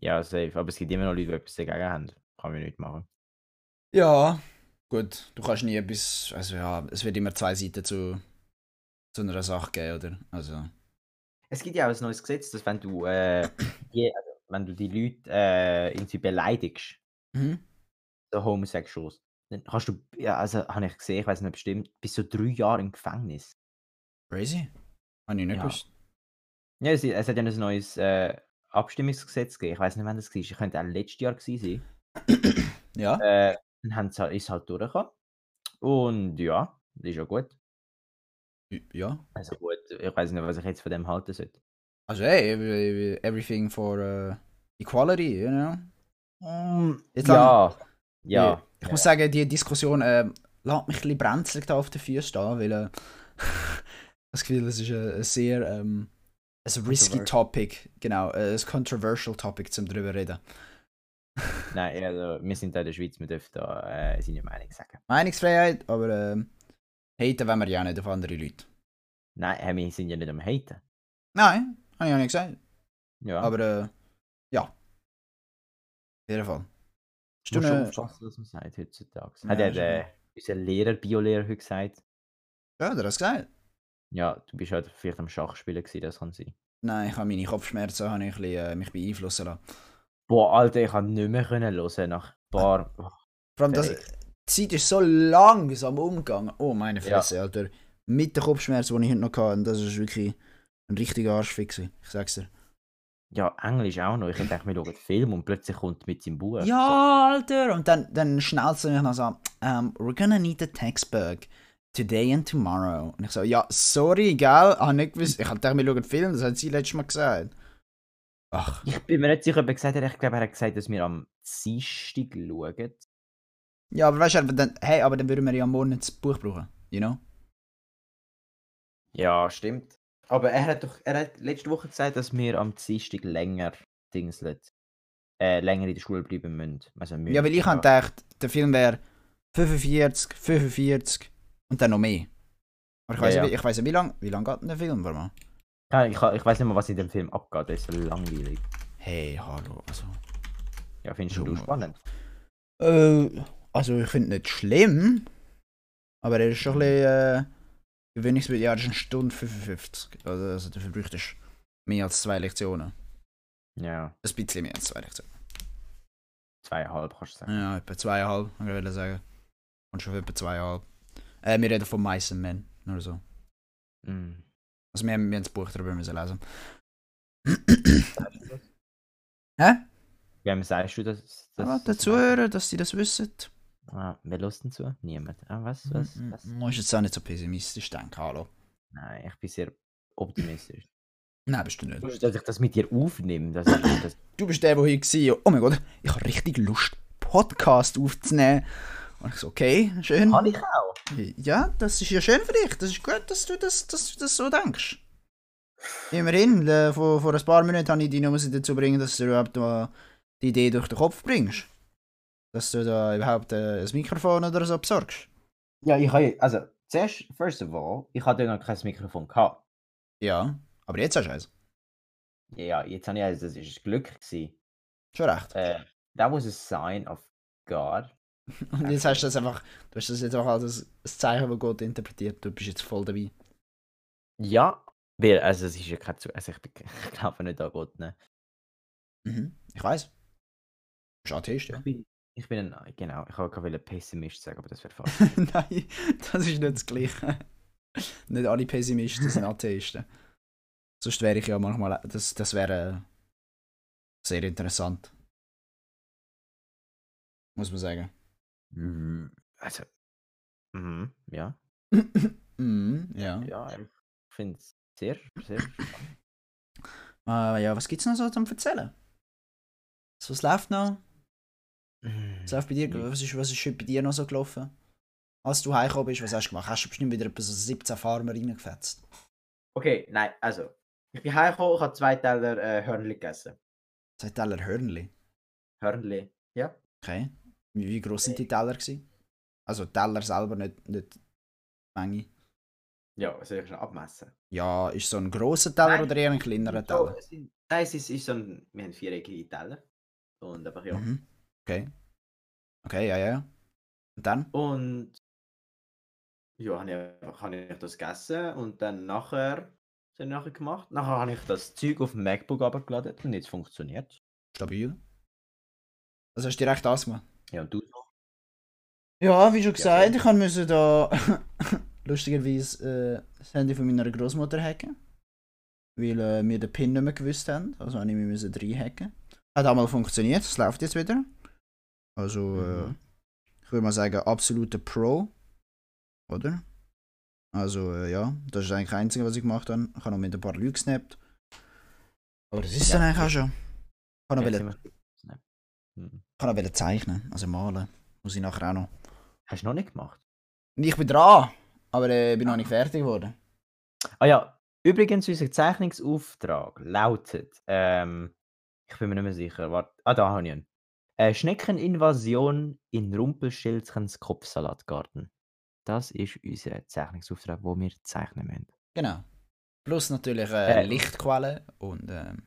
[SPEAKER 1] Ja, safe. Aber es gibt immer noch Leute, die etwas dagegen haben. Kann man nicht machen.
[SPEAKER 2] Ja. Gut, du kannst nie etwas. Also ja, es wird immer zwei Seiten zu, zu einer Sache geben, oder? Also.
[SPEAKER 1] Es gibt ja auch ein neues Gesetz, dass wenn du, äh, die, also, wenn du die Leute äh, irgendwie beleidigst,
[SPEAKER 2] Mhm.
[SPEAKER 1] so Homosexuals, dann kannst du, ja, also habe ich gesehen, ich weiß nicht bestimmt, bis zu drei Jahre im Gefängnis.
[SPEAKER 2] Crazy. Habe ich nicht
[SPEAKER 1] Ja.
[SPEAKER 2] gewusst.
[SPEAKER 1] Ja, es, es hat ja ein neues äh, Abstimmungsgesetz gegeben. Ich weiß nicht, wann das war. Ich könnte auch letztes Jahr gewesen
[SPEAKER 2] Ja.
[SPEAKER 1] sein. Äh, dann haben sie halt, ist es halt durchgekommen. Und ja, ist ja gut.
[SPEAKER 2] Ja.
[SPEAKER 1] Also gut, ich weiß nicht, was ich jetzt von dem halten sollte.
[SPEAKER 2] Also hey, every- everything for uh, equality, you know?
[SPEAKER 1] Ehm,
[SPEAKER 2] Jetzt
[SPEAKER 1] ja, ja.
[SPEAKER 2] Ich muss sagen, die Diskussion äh, lässt mich ein bisschen brenzlig da auf den Füßen stehen, weil äh, das Gefühl, es ist äh, ein sehr ähm, ein risky
[SPEAKER 1] Controversial.
[SPEAKER 2] Topic, genau, äh, ein controversial Topic zum drüber reden.
[SPEAKER 1] Nein, also, wir sind da in der Schweiz, wir dürfen da äh, seine Meinung sagen.
[SPEAKER 2] Meinungsfreiheit, aber ähm, haten wollen wir ja nicht auf andere Leute.
[SPEAKER 1] Nein, äh, wir sind ja nicht am Haten.
[SPEAKER 2] Nein, habe ich auch nicht gesagt.
[SPEAKER 1] Ja,
[SPEAKER 2] Aber äh, ja. Auf jeden Fall. Hast du
[SPEAKER 1] man schon
[SPEAKER 2] eine-
[SPEAKER 1] aufpassen, was man sagt heutzutage.
[SPEAKER 2] äh, Ja,
[SPEAKER 1] Hat ja
[SPEAKER 2] ist ja
[SPEAKER 1] der, unser Lehrer, Biolehrer, heute gesagt,
[SPEAKER 2] Ja, du hast gesagt.
[SPEAKER 1] ja, du bist halt vielleicht am Schachspielen gewesen, das kann sein.
[SPEAKER 2] Nein, ich habe meine Kopfschmerzen, habe ich ein bisschen, äh, mich beeinflussen lassen.
[SPEAKER 1] Boah, Alter, ich kann nicht mehr können hören nach ein paar...
[SPEAKER 2] Vor allem, das, die Zeit ist so langsam umgegangen. Oh, meine
[SPEAKER 1] Ja.
[SPEAKER 2] Fresse, Alter. Mit den Kopfschmerzen, die ich heute noch hatte, das ist wirklich ein richtiger Arschfick. gewesen. Ich sag's dir.
[SPEAKER 1] Ja, Englisch auch noch. Ich dachte, wir schauen einen Film und plötzlich kommt mit seinem Buch.
[SPEAKER 2] Ja, Alter! Und dann, dann schnauzt er mich noch so, um, we're gonna need a textbook. Today and tomorrow. Und ich so, ja, sorry, gell? Ah, nicht gewusst. Ich hab gedacht, wir schauen einen Film, das hat sie letztes Mal gesagt. Ach,
[SPEAKER 1] So. Ich bin mir nicht sicher, ob er gesagt hat, ich glaube, er hat gesagt, dass wir am Dienstag schauen.
[SPEAKER 2] ja, aber weißt du, aber dann, hey, aber dann würden wir ja morgen nicht das Buch brauchen, you know?
[SPEAKER 1] Ja, stimmt. Aber er hat doch, er hat letzte Woche gesagt, dass wir am Dienstag länger dingselt. Äh, länger in der Schule bleiben müssen. Also müssen.
[SPEAKER 2] Ja, weil ich hab gedacht, der Film wäre 45, 45 und dann noch mehr. Aber ich
[SPEAKER 1] Ja,
[SPEAKER 2] weiß
[SPEAKER 1] ja.
[SPEAKER 2] nicht, ich weiss nicht, wie lang, wie lang geht denn der Film, warte mal.
[SPEAKER 1] Ja, Ich, ich, weiß nicht mal, was in dem Film abgeht. Der ist so langweilig.
[SPEAKER 2] Hey, hallo, also.
[SPEAKER 1] Ja, findest du
[SPEAKER 2] Schau
[SPEAKER 1] du
[SPEAKER 2] mal.
[SPEAKER 1] spannend?
[SPEAKER 2] Äh, also ich finde nicht schlimm, aber er ist schon ein bisschen, äh, gewöhnungswürdig, ja, das ist eine Stunde 55. Also, also dafür bräuchtest du mehr als zwei Lektionen.
[SPEAKER 1] Ja,
[SPEAKER 2] Ein bisschen mehr als zwei Lektionen.
[SPEAKER 1] zweieinhalb kannst du sagen.
[SPEAKER 2] Ja, etwa zweieinhalb, würde ich will sagen. Und schon etwa zweieinhalb. Äh, wir reden von Meissen Man, oder so.
[SPEAKER 1] Mm.
[SPEAKER 2] Also wir haben, wir haben das Buch darüber müssen lesen.
[SPEAKER 1] Wem sagst du das? das
[SPEAKER 2] Ah, den Zuhörern, dass sie das wissen.
[SPEAKER 1] Ah, wer lässt denn zu? Niemand. Ah, was? Was?
[SPEAKER 2] Du
[SPEAKER 1] was?
[SPEAKER 2] musst jetzt auch nicht so pessimistisch denken, hallo.
[SPEAKER 1] Nein, ich bin sehr optimistisch.
[SPEAKER 2] Nein, bist du nicht.
[SPEAKER 1] Dass ich das mit dir aufnehme, das ist das.
[SPEAKER 2] Du bist der, der hier war. Oh mein Gott, ich habe richtig Lust, Podcast aufzunehmen. Und ich so, okay, schön.
[SPEAKER 1] Kann ich auch.
[SPEAKER 2] Ja, das ist ja schön für dich. Das ist gut, dass du das, dass du das so denkst. Immerhin, äh, vor, vor ein paar Minuten habe ich dich nur müssen dazu bringen, dass du überhaupt mal die Idee durch den Kopf bringst. Dass du da überhaupt äh, ein Mikrofon oder so besorgst.
[SPEAKER 1] Ja, ich habe, also, zuerst, first of all, ich hatte noch kein Mikrofon gehabt.
[SPEAKER 2] Ja, aber jetzt hast du eins.
[SPEAKER 1] Ja, ja, jetzt habe ich, also, das ist Glück gewesen.
[SPEAKER 2] Schon recht.
[SPEAKER 1] Äh, that was a sign of God.
[SPEAKER 2] Und jetzt hast du das einfach, du hast das jetzt einfach als ein Zeichen, das Gott interpretiert. Du bist jetzt voll dabei.
[SPEAKER 1] Ja, Weil, also es ist ja kein Zufall, also ich, bin- ich glaube nicht an Gott. Ne?
[SPEAKER 2] Mhm. Ich weiß. Bist Atheist, ja.
[SPEAKER 1] Ich bin, ich bin ein, genau, ich wollte gerade Pessimist sagen, aber das wäre falsch.
[SPEAKER 2] Nein, das ist nicht das Gleiche. nicht alle Pessimisten sind Atheisten. Sonst wäre ich ja manchmal. Das, das wäre äh, sehr interessant. Muss man sagen.
[SPEAKER 1] Mhm. also, mhm, ja,
[SPEAKER 2] Mhm, ja.
[SPEAKER 1] ja, ich finde es sehr, sehr spannend.
[SPEAKER 2] Äh, ja, was gibt's noch so zum Erzählen? So, Was läuft noch?
[SPEAKER 1] Mhm.
[SPEAKER 2] Was läuft bei dir?
[SPEAKER 1] Ja.
[SPEAKER 2] Was ist, was ist heute bei dir noch so gelaufen? Als du heimgekommen bist, was hast du gemacht? Hast du bestimmt wieder etwa so 17 Farmer reingefetzt?
[SPEAKER 1] Okay, nein, also, ich bin heimgekommen, ich habe zwei Teller äh, Hörnli gegessen.
[SPEAKER 2] Zwei Teller Hörnli.
[SPEAKER 1] Hörnli, ja.
[SPEAKER 2] Okay. Wie, wie groß sind die Teller gewesen? Also Teller selber, nicht, nicht die Menge.
[SPEAKER 1] Ja, was soll ich schon abmessen?
[SPEAKER 2] Ja, ist so ein grosser Teller
[SPEAKER 1] Nein.
[SPEAKER 2] oder eher ein kleinerer
[SPEAKER 1] So,
[SPEAKER 2] Teller?
[SPEAKER 1] es sind- Nein, es ist, ist so ein, wir haben viereckige Teller. Und einfach ja.
[SPEAKER 2] Mhm. Okay. Okay, ja, ja, ja. Und dann?
[SPEAKER 1] Und ja, habe ich, einfach- habe ich das gegessen und dann nachher, was habe ich nachher gemacht? Nachher habe ich das Zeug auf dem MacBook abgeladen und jetzt funktioniert
[SPEAKER 2] Stabil. Also hast du direkt das gemacht?
[SPEAKER 1] Ja, und du so?
[SPEAKER 2] Ja, wie schon
[SPEAKER 1] gesagt,
[SPEAKER 2] gesagt, ich ich musste da lustigerweise äh, das Handy von meiner Großmutter hacken. Weil äh, wir den PIN nicht mehr gewusst haben. Also habe ich mich müssen reinhacken. Hat einmal funktioniert, es läuft jetzt wieder. Also,
[SPEAKER 1] Mhm.
[SPEAKER 2] äh, ich würde mal sagen, absolute Pro. Oder? Also, äh, ja, das ist eigentlich das Einzige, was ich gemacht habe. Ich habe noch mit ein paar Leuten gesnappt. Aber das ist dann eigentlich auch schon. Ich
[SPEAKER 1] Ja,
[SPEAKER 2] habe noch,
[SPEAKER 1] sind
[SPEAKER 2] wollen-
[SPEAKER 1] wir- Nein. Mhm.
[SPEAKER 2] ich habe noch wollen zeichnen, also malen. Muss ich nachher auch noch.
[SPEAKER 1] Hast du noch nicht gemacht?
[SPEAKER 2] Und Ich bin dran, aber äh, bin noch nicht fertig geworden.
[SPEAKER 1] Ah ja, übrigens, unser Zeichnungsauftrag lautet, ähm, ich bin mir nicht mehr sicher, warte, ah, da habe ich ihn. Äh, Schneckeninvasion in Rumpelstilzchens Kopfsalatgarten. Das ist unser Zeichnungsauftrag, wo wir zeichnen müssen.
[SPEAKER 2] Genau. Plus natürlich äh,
[SPEAKER 1] Äh.
[SPEAKER 2] Lichtquellen und ähm,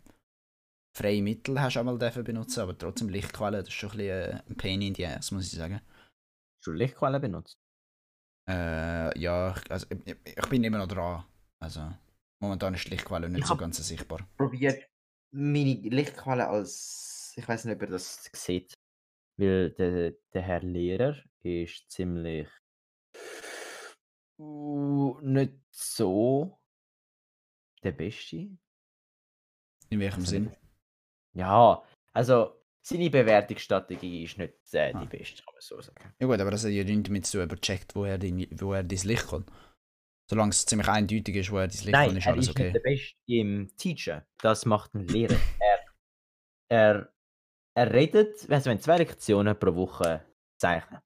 [SPEAKER 2] freie Mittel hast du einmal dürfen benutzen, aber trotzdem Lichtquellen, das ist schon ein bisschen äh, ein Pain in the ass, muss ich sagen.
[SPEAKER 1] Hast du Lichtquellen benutzt?
[SPEAKER 2] Äh, ja, ich, also, ich, ich- ich bin immer noch dran. Also, momentan ist die Lichtquelle nicht
[SPEAKER 1] Ich
[SPEAKER 2] so
[SPEAKER 1] hab-
[SPEAKER 2] ganz sichtbar.
[SPEAKER 1] Probiert meine Lichtquelle als, ich weiß nicht, ob ihr das sieht, weil der, der Herr Lehrer ist ziemlich uh, nicht so der Beste.
[SPEAKER 2] In welchem
[SPEAKER 1] Also
[SPEAKER 2] Sinn?
[SPEAKER 1] nicht- Ja, also seine Bewertungsstrategie ist nicht äh, die
[SPEAKER 2] Ah.
[SPEAKER 1] beste, kann man so sagen.
[SPEAKER 2] Ja gut, aber das hat ja nichts damit zu tun, ob er checkt, woher, dein- woher dein Licht kommt. Solange es ziemlich eindeutig ist, woher dein Licht kommt,
[SPEAKER 1] Nein,
[SPEAKER 2] ist
[SPEAKER 1] er
[SPEAKER 2] alles
[SPEAKER 1] ist
[SPEAKER 2] okay.
[SPEAKER 1] nicht der Beste im Teachen. Das macht ein Lehrer. er, er, er redet, also wenn zwei Lektionen pro Woche zeichnen.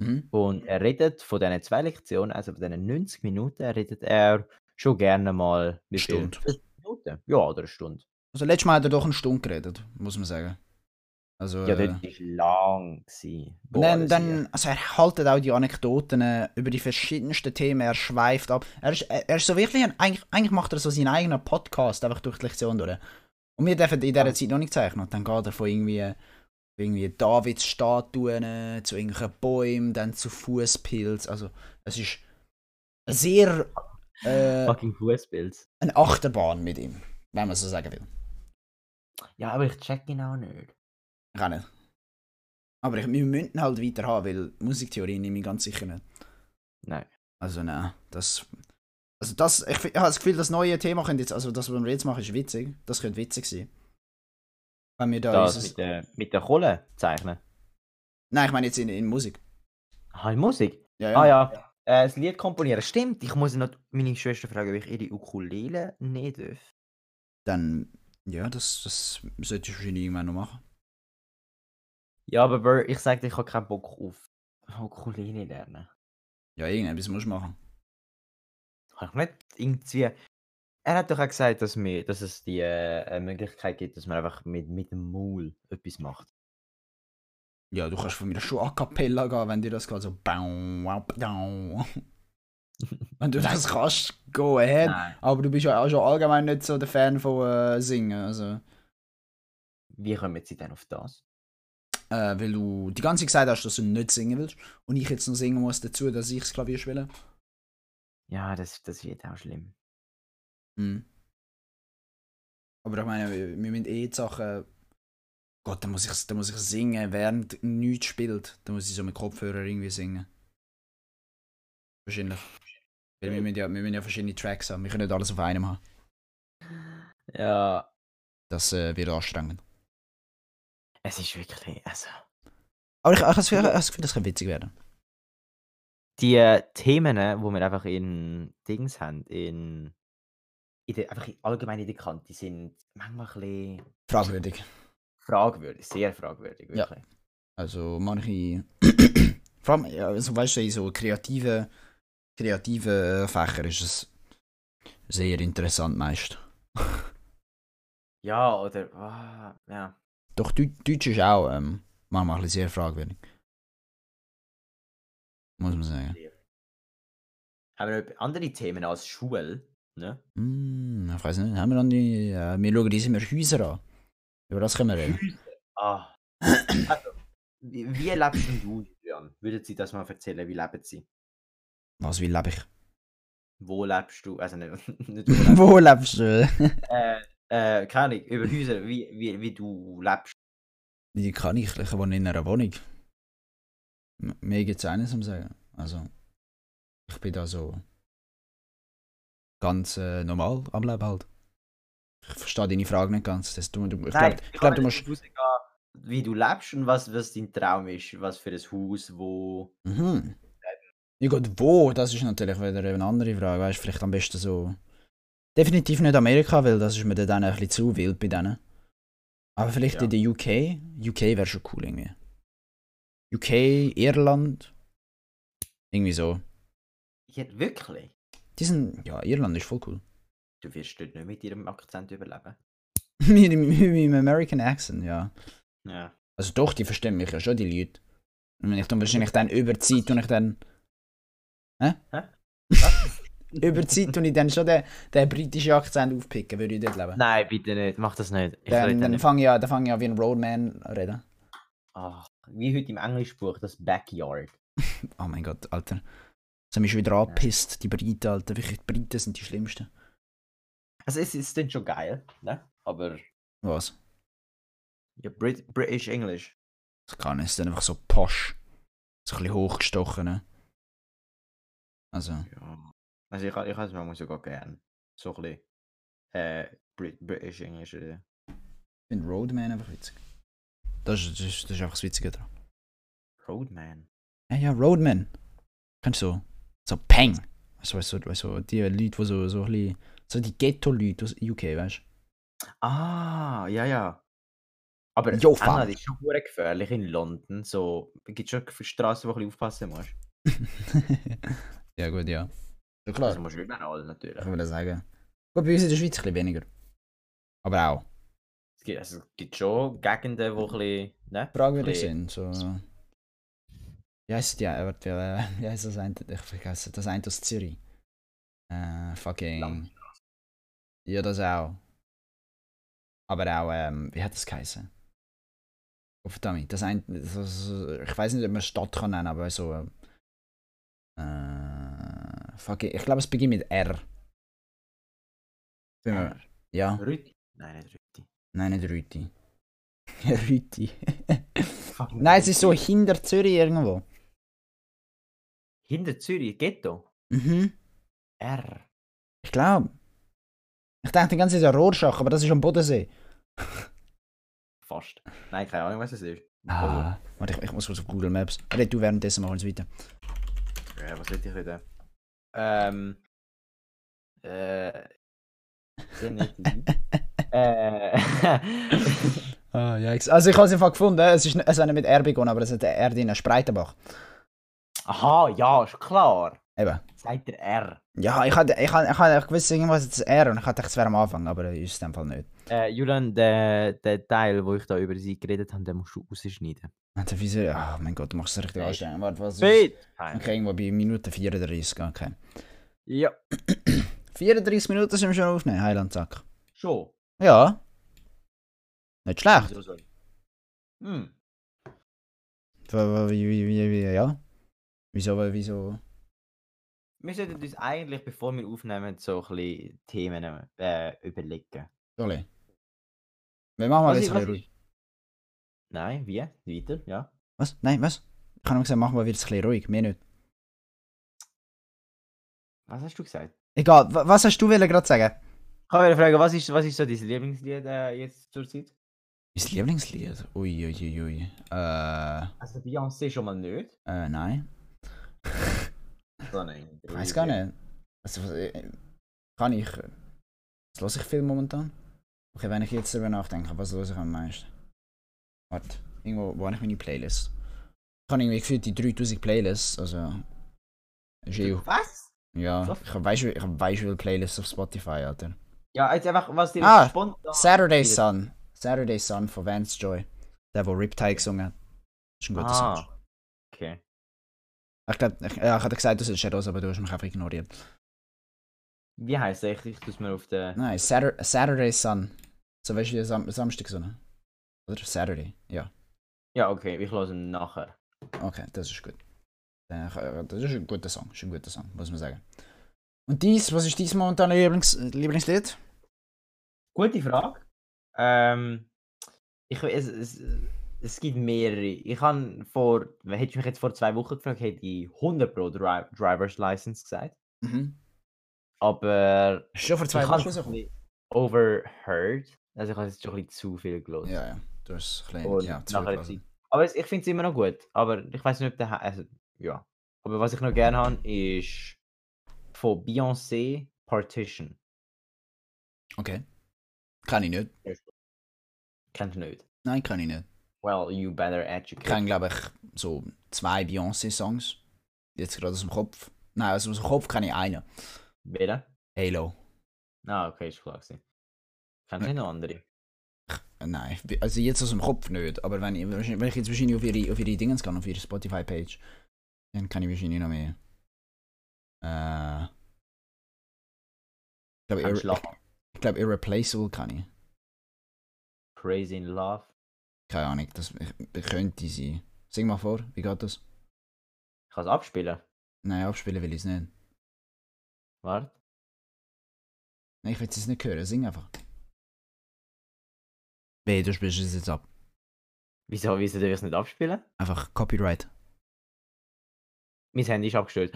[SPEAKER 2] Mhm.
[SPEAKER 1] Und er redet von diesen zwei Lektionen, also von diesen 90 Minuten, redet er schon gerne mal wie viel?
[SPEAKER 2] Stunde.
[SPEAKER 1] 40 Minuten. Ja, oder eine Stunde.
[SPEAKER 2] Also letztes Mal hat er doch eine Stunde geredet, muss man sagen. Also,
[SPEAKER 1] Ja,
[SPEAKER 2] äh,
[SPEAKER 1] das war lang. Gewesen.
[SPEAKER 2] Und
[SPEAKER 1] Boah,
[SPEAKER 2] dann,
[SPEAKER 1] das
[SPEAKER 2] dann, also er haltet auch die Anekdoten äh, über die verschiedensten Themen, er schweift ab. Er ist, äh, er, er ist so wirklich, ein, eigentlich, eigentlich macht er so seinen eigenen Podcast einfach durch die Lektion durch. Und wir dürfen in dieser Zeit noch nicht zeichnen. Und dann geht er von irgendwie, von irgendwie Davids Statuen äh, zu irgendwelchen Bäumen, dann zu Fußpilz. Also es ist sehr äh,
[SPEAKER 1] hier. Fucking Fußpilz.
[SPEAKER 2] eine Achterbahn mit ihm, wenn man so sagen will.
[SPEAKER 1] Ja, aber ich check ihn auch nicht.
[SPEAKER 2] Ich auch nicht. Aber ich, wir müssen ihn halt weiter haben, weil Musiktheorie nehme ich ganz sicher nicht.
[SPEAKER 1] Nein.
[SPEAKER 2] Also nein, das. Also das. Ich, fi- ich habe das Gefühl, das neue Thema könnte jetzt. Also das, was wir jetzt machen, ist witzig. Das könnte witzig sein. Wenn wir da
[SPEAKER 1] Das
[SPEAKER 2] unser-
[SPEAKER 1] mit der, mit der Kohle zeichnen.
[SPEAKER 2] Nein, ich meine jetzt in, in Musik.
[SPEAKER 1] Ah, in Musik?
[SPEAKER 2] Ja, ja.
[SPEAKER 1] Ah ja, äh, das Lied komponieren. Stimmt, ich muss noch meine Schwester fragen, ob ich ihre Ukulele nehmen darf.
[SPEAKER 2] Dann. Ja, das, das sollte ich wahrscheinlich irgendwann noch machen.
[SPEAKER 1] Ja, aber Bro, ich sagte, ich habe keinen Bock auf Ukulele lernen.
[SPEAKER 2] Ja, irgendetwas musst du machen.
[SPEAKER 1] Kann ich nicht irgendwie... Er hat doch auch gesagt, dass, wir, dass es die äh, Möglichkeit gibt, dass man einfach mit, mit dem Maul etwas macht.
[SPEAKER 2] Ja, du kannst von mir schon a cappella gehen, wenn dir das geht. So baum, wow, baum. Wenn du das kannst, go ahead.
[SPEAKER 1] Nein.
[SPEAKER 2] Aber du bist ja auch schon allgemein nicht so der Fan von äh, Singen. Also,
[SPEAKER 1] Wie kommen sie denn auf das?
[SPEAKER 2] äh, weil du die ganze Zeit gesagt hast, dass du nicht singen willst. Und ich jetzt noch singen muss dazu, dass ich das Klavier spiele.
[SPEAKER 1] Ja, das, das wird auch schlimm.
[SPEAKER 2] Mhm. Aber ich meine, wir wir müssen eh die Sachen. Gott, dann muss ich, dann muss ich singen, während nichts spielt. Dann muss ich so mit Kopfhörer irgendwie singen. Wahrscheinlich. Weil wir müssen, ja, wir müssen ja verschiedene Tracks haben. Wir können nicht alles auf einem haben.
[SPEAKER 1] Ja,
[SPEAKER 2] Das äh, wird anstrengend.
[SPEAKER 1] es ist wirklich. Also,
[SPEAKER 2] Aber ich, ich, habe das Gefühl- ich habe das Gefühl, das kann witzig werden.
[SPEAKER 1] die äh, Themen, die wir einfach in Dings haben, in. in der, einfach in- allgemein in der Kante, die sind manchmal ein bisschen
[SPEAKER 2] Fragwürdig.
[SPEAKER 1] fragwürdig, sehr fragwürdig,
[SPEAKER 2] Ja.
[SPEAKER 1] wirklich.
[SPEAKER 2] Also manche. Vor allem, ja, also, weißt du, in so kreativen, kreativen äh, Fächern ist es sehr interessant meist.
[SPEAKER 1] Ja, oder. ah, ja.
[SPEAKER 2] Doch Deu- Deutsch ist auch ähm, manchmal ein bisschen sehr fragwürdig. Muss man sagen.
[SPEAKER 1] Haben wir noch andere Themen als Schule? Ne?
[SPEAKER 2] Hm, ich weiß nicht, haben wir noch die. Äh, wir schauen uns immer Häuser an. Über das können wir reden.
[SPEAKER 1] Ah. Also, wie, wie lebst denn du, Julian? Würden Sie das mal erzählen? Wie leben Sie?
[SPEAKER 2] Was, wie lebe ich?
[SPEAKER 1] Wo lebst du? Also nicht, nicht wo lebst
[SPEAKER 2] Wo lebst du?
[SPEAKER 1] du. Äh, äh, keine Ahnung, über Häuser, wie, wie, wie du lebst.
[SPEAKER 2] Wie kann ich? Ich wohne in einer Wohnung. M- Mir gibt es eines zu sagen. Also, ich bin da so ganz äh, normal am Leben halt. Ich verstehe deine Frage nicht ganz. Das, du, du, ich glaube,
[SPEAKER 1] ich
[SPEAKER 2] glaub, du musst.
[SPEAKER 1] Wie du lebst und was, was dein Traum ist. Was für ein Haus, wo.
[SPEAKER 2] Mhm. Ja gut, wo? Das ist natürlich wieder eine andere Frage. Weißt vielleicht am besten so. Definitiv nicht Amerika, weil das ist mir dann ein bisschen zu wild bei denen. Aber vielleicht
[SPEAKER 1] Ja.
[SPEAKER 2] in der UK. UK wäre schon cool irgendwie. UK, Irland. Irgendwie so.
[SPEAKER 1] Ja, wirklich?
[SPEAKER 2] Die sind. Ja, Irland ist voll cool.
[SPEAKER 1] Du wirst dort nicht mit ihrem Akzent überleben.
[SPEAKER 2] mit, dem- mit dem American Accent, ja.
[SPEAKER 1] Ja.
[SPEAKER 2] Also doch, die verstehen mich ja schon, die Leute. Und wenn ich dann wahrscheinlich dann über die Zeit und ich dann. Hä?
[SPEAKER 1] Hä?
[SPEAKER 2] über die Zeit und ich dann schon den, den britischen Akzent aufpicken, würde ich dort leben.
[SPEAKER 1] Nein, bitte nicht. Mach das nicht. Ich
[SPEAKER 2] dann
[SPEAKER 1] rede
[SPEAKER 2] dann
[SPEAKER 1] nicht.
[SPEAKER 2] fange ich, an- dann fang ich an wie ein Roadman zu reden.
[SPEAKER 1] Ach, wie heute im Englischbuch, das Backyard.
[SPEAKER 2] Oh mein Gott, Alter. Sie haben mich schon wieder angepisst, die Briten, Alter. Wirklich, die Briten sind die Schlimmsten.
[SPEAKER 1] Also es ist dann schon geil, ne? Aber
[SPEAKER 2] Was?
[SPEAKER 1] ja, Brit British English.
[SPEAKER 2] Das kann es dann einfach so posch. So ein bisschen hochgestochen, ne? Also.
[SPEAKER 1] Ja. Also ich, ha- ich habe es manchmal sogar gern. So ein bisschen äh, Brit British English. Oder?
[SPEAKER 2] Ich finde Roadman einfach witzig. Das ist, das ist, das ist einfach das Witzige daran.
[SPEAKER 1] Roadman.
[SPEAKER 2] Ja, ja, Roadman. Kannst du so, so Peng. Also, weißt du, weißt du, die Leute, die so, so ein bisschen, so die Ghetto-Leute aus UK, weißt
[SPEAKER 1] Ah, ja, ja. Aber
[SPEAKER 2] Yo,
[SPEAKER 1] England
[SPEAKER 2] fuck.
[SPEAKER 1] ist schon hure gefährlich in London. So, es gibt schon Straßen, wo du ein bisschen aufpassen musst.
[SPEAKER 2] du? ja, gut, ja. Ja,
[SPEAKER 1] Also musst du überall natürlich.
[SPEAKER 2] Ich würde sagen. Gut, bei uns in der Schweiz ein bisschen weniger. Aber auch.
[SPEAKER 1] Es gibt, also, es gibt schon Gegenden, wo ein bisschen, ne?
[SPEAKER 2] Fragwürdig
[SPEAKER 1] Ein
[SPEAKER 2] sind, so. Wie heisst die, äh, warte, äh, wie heisst das eine, ich vergesse, das eine aus Zürich. Äh, fucking.
[SPEAKER 1] Landstrasse.
[SPEAKER 2] Ja, das auch. Aber auch, ähm, wie hat das geheißen? Oh, verdammt, das ein, das, das- ich weiß nicht, ob man Stadt kann nennen, aber so. ähm, Äh, fucking, ich glaube, es beginnt mit R. Bin mir- Ja,
[SPEAKER 1] Rüti? Nein, nicht Rüti.
[SPEAKER 2] nein, nicht Rüti. Rüti.
[SPEAKER 1] Fuck,
[SPEAKER 2] nein, es ist so
[SPEAKER 1] Rüti.
[SPEAKER 2] hinter Zürich irgendwo.
[SPEAKER 1] Hinter Zürich, Ghetto.
[SPEAKER 2] Mhm.
[SPEAKER 1] R.
[SPEAKER 2] Ich glaube. Ich dachte die ganze Zeit an Rorschach, aber das ist am Bodensee.
[SPEAKER 1] Fast. Nein, keine Ahnung, was es ist.
[SPEAKER 2] Ah. Warte, ich, ich muss kurz auf Google Maps. Red du währenddessen, machen wir es weiter.
[SPEAKER 1] Also, äh, was hätte ich wieder? Ähm. Äh. Dann nicht die- äh.
[SPEAKER 2] Ah, yikes. Also ich habe es einfach gefunden. Es ist, n- es hat nicht mit R begonnen, aber es hat eine R drin, ein Spreitenbach.
[SPEAKER 1] Aha, ja, ist klar.
[SPEAKER 2] Eben.
[SPEAKER 1] Sagt der R.
[SPEAKER 2] Ja, ich hatte, ich hatte, ich hatte gewusst, irgendwas ist das R und ich hatte gedacht, es wäre am Anfang, aber ist es in dem Fall nicht.
[SPEAKER 1] Äh, Julian, der, der Teil, wo ich da über sie geredet habe, den musst du rausschneiden.
[SPEAKER 2] Warte, wieso? Oh mein Gott, du machst es richtig
[SPEAKER 1] Nein.
[SPEAKER 2] anstellen. Warte, was ist...
[SPEAKER 1] Fit!
[SPEAKER 2] Okay, irgendwo bei Minute 34, okay.
[SPEAKER 1] Ja,
[SPEAKER 2] 34 Minuten sind wir schon aufnehmen, Heilandsack.
[SPEAKER 1] schon.
[SPEAKER 2] Ja. Nicht schlecht.
[SPEAKER 1] Wieso soll- Hm.
[SPEAKER 2] Wie, wie, wie, wie, ja. Wieso, wieso?
[SPEAKER 1] wir sollten uns eigentlich, bevor wir aufnehmen, so ein bisschen Themen äh, überlegen.
[SPEAKER 2] Jolli. Wir machen mal
[SPEAKER 1] Was
[SPEAKER 2] Ah, jetzt
[SPEAKER 1] ich-
[SPEAKER 2] ein bisschen
[SPEAKER 1] was
[SPEAKER 2] ruhig.
[SPEAKER 1] Nein, wie? Weiter, ja.
[SPEAKER 2] Was? Nein, was? Ich habe nur gesagt, machen wir jetzt ein bisschen ruhig, mehr nicht.
[SPEAKER 1] Was hast du gesagt?
[SPEAKER 2] Egal, wa- was hast du wollen gerade sagen?
[SPEAKER 1] Ich wollte fragen, was ist, was ist so dein Lieblingslied äh, jetzt zur Zeit?
[SPEAKER 2] Mein Lieblingslied? Ui, ui, ui, ui. Äh, äh,
[SPEAKER 1] Also Beyoncé schon mal nicht.
[SPEAKER 2] nein.
[SPEAKER 1] So nein.
[SPEAKER 2] Ich weiß gar nicht. Also, was- äh, kann ich. äh, Was los ich viel momentan? Okay, wenn ich jetzt darüber nachdenke, was los ich am meisten? Warte, irgendwo, wo habe ich meine Playlist? Ich habe irgendwie gefühlt die 3000 Playlists, also. Ist eh-
[SPEAKER 1] Was?
[SPEAKER 2] ja,
[SPEAKER 1] Was?
[SPEAKER 2] ich weiß ich weiss, wie viele Playlists auf Spotify, Alter.
[SPEAKER 1] Ja, jetzt einfach, was dir
[SPEAKER 2] Ah,
[SPEAKER 1] spontan...
[SPEAKER 2] Saturday
[SPEAKER 1] Yes.
[SPEAKER 2] Sun. Saturday Sun von Vance Joy. Der, der Riptide gesungen hat. Ist ein guter
[SPEAKER 1] Ah.
[SPEAKER 2] Song.
[SPEAKER 1] Okay.
[SPEAKER 2] Ich glaube, ich, ja, ich hatte gesagt, du sollst nicht raus, aber du hast mich einfach ignoriert.
[SPEAKER 1] Wie heisst er? Ich, ich tu's mir auf den...
[SPEAKER 2] Nein, Satur Saturday Sun. So weißt du, wie Sam Samstag Sonne. Oder Saturday, ja.
[SPEAKER 1] Ja, okay, ich höre ihn nachher.
[SPEAKER 2] Okay, das ist gut. Äh, äh, Das ist ein guter Song, ist ein guter Song, muss man sagen. Und dies, was ist dies momentan Lieblings äh, Lieblingslied?
[SPEAKER 1] Gute Frage. Ähm, ich, we- es, es, es gibt mehrere. Ich habe vor, hättest du mich jetzt vor zwei Wochen gefragt, hätte ich 100 Pro Dri Driver's License eh, gesagt.
[SPEAKER 2] Mhm.
[SPEAKER 1] Aber
[SPEAKER 2] Ist schon vor zwei
[SPEAKER 1] ich
[SPEAKER 2] Wochen
[SPEAKER 1] habe es
[SPEAKER 2] rausgekommen.
[SPEAKER 1] ein bisschen overheard. Also ich habe es jetzt schon ein bisschen zu viel gelesen.
[SPEAKER 2] Ja, ja. Du hast ein bisschen,
[SPEAKER 1] Und
[SPEAKER 2] ja, zu
[SPEAKER 1] nachher
[SPEAKER 2] viel
[SPEAKER 1] Zeit. Aber es, ich finde es immer noch gut. Aber ich weiß nicht, ob der. Ha- Also, ja. Aber was ich noch gerne habe, ist von Beyoncé Partition.
[SPEAKER 2] gelesen. Okay. Kann ich nicht.
[SPEAKER 1] Kennst du nicht?
[SPEAKER 2] Nein, kann ich nicht.
[SPEAKER 1] Well, you better
[SPEAKER 2] Ich
[SPEAKER 1] educate.
[SPEAKER 2] kenne, glaube ich, so zwei Beyoncé-Songs. Jetzt gerade aus dem Kopf. Nein, also aus dem Kopf kann ich einen.
[SPEAKER 1] Weder?
[SPEAKER 2] Halo.
[SPEAKER 1] Ah, okay, ist klar. Gewesen. Kennst du noch andere?
[SPEAKER 2] Äh, Nein, ich bin- also jetzt aus dem Kopf nicht, aber wenn ich, wahrscheinlich- wenn ich jetzt wahrscheinlich auf ihre, auf ihre Dingens gehe, auf ihre Spotify-Page, dann kann ich wahrscheinlich noch mehr. Äh. Ich glaube,
[SPEAKER 1] Ein
[SPEAKER 2] irre,
[SPEAKER 1] Schlag.
[SPEAKER 2] ich glaube, Irreplaceable kann ich.
[SPEAKER 1] Crazy in Love.
[SPEAKER 2] Keine Ahnung, das ich- könnte sein. Sing mal vor, wie geht das?
[SPEAKER 1] Ich kann es abspielen.
[SPEAKER 2] Nein, abspielen will ich es nicht.
[SPEAKER 1] Warte.
[SPEAKER 2] Nein, ich will es nicht hören, sing einfach. Weh, du spielst es jetzt ab.
[SPEAKER 1] Wieso, wieso darf ich es nicht abspielen?
[SPEAKER 2] Einfach Copyright.
[SPEAKER 1] Mein Handy ist abgestürzt.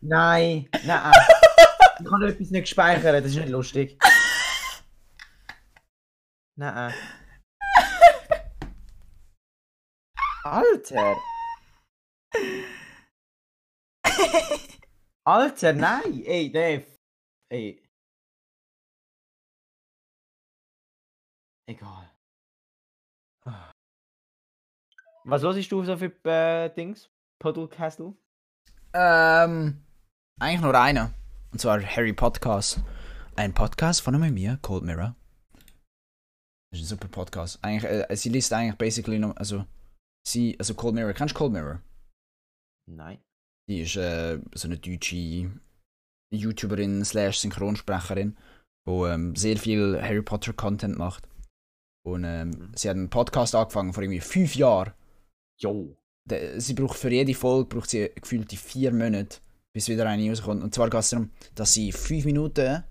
[SPEAKER 1] nein! Nein! Ich habe etwas nicht gespeichert, das ist nicht lustig. Nein. Alter! Alter, nein! Ey, Dave! Ey. Egal. Was hörst du so für äh, Dings? Puddle Castle?
[SPEAKER 2] Ähm, eigentlich nur einer. Und zwar Harry Podcast. Ein Podcast von einem mir, Cold Mirror. Das ist ein super Podcast. Eigentlich, äh, sie liest eigentlich basically nur, also, sie, also Cold Mirror, kennst du Cold Mirror?
[SPEAKER 1] Nein.
[SPEAKER 2] Die ist äh, so eine deutsche YouTuberin slash Synchronsprecherin, die ähm, sehr viel Harry Potter Content macht. Und ähm,
[SPEAKER 1] Mhm.
[SPEAKER 2] sie hat einen Podcast angefangen vor irgendwie fünf Jahren.
[SPEAKER 1] Jo.
[SPEAKER 2] de- sie braucht für jede Folge braucht sie gefühlte vier Monate, bis wieder eine rauskommt. Und zwar geht es darum, dass sie fünf Minuten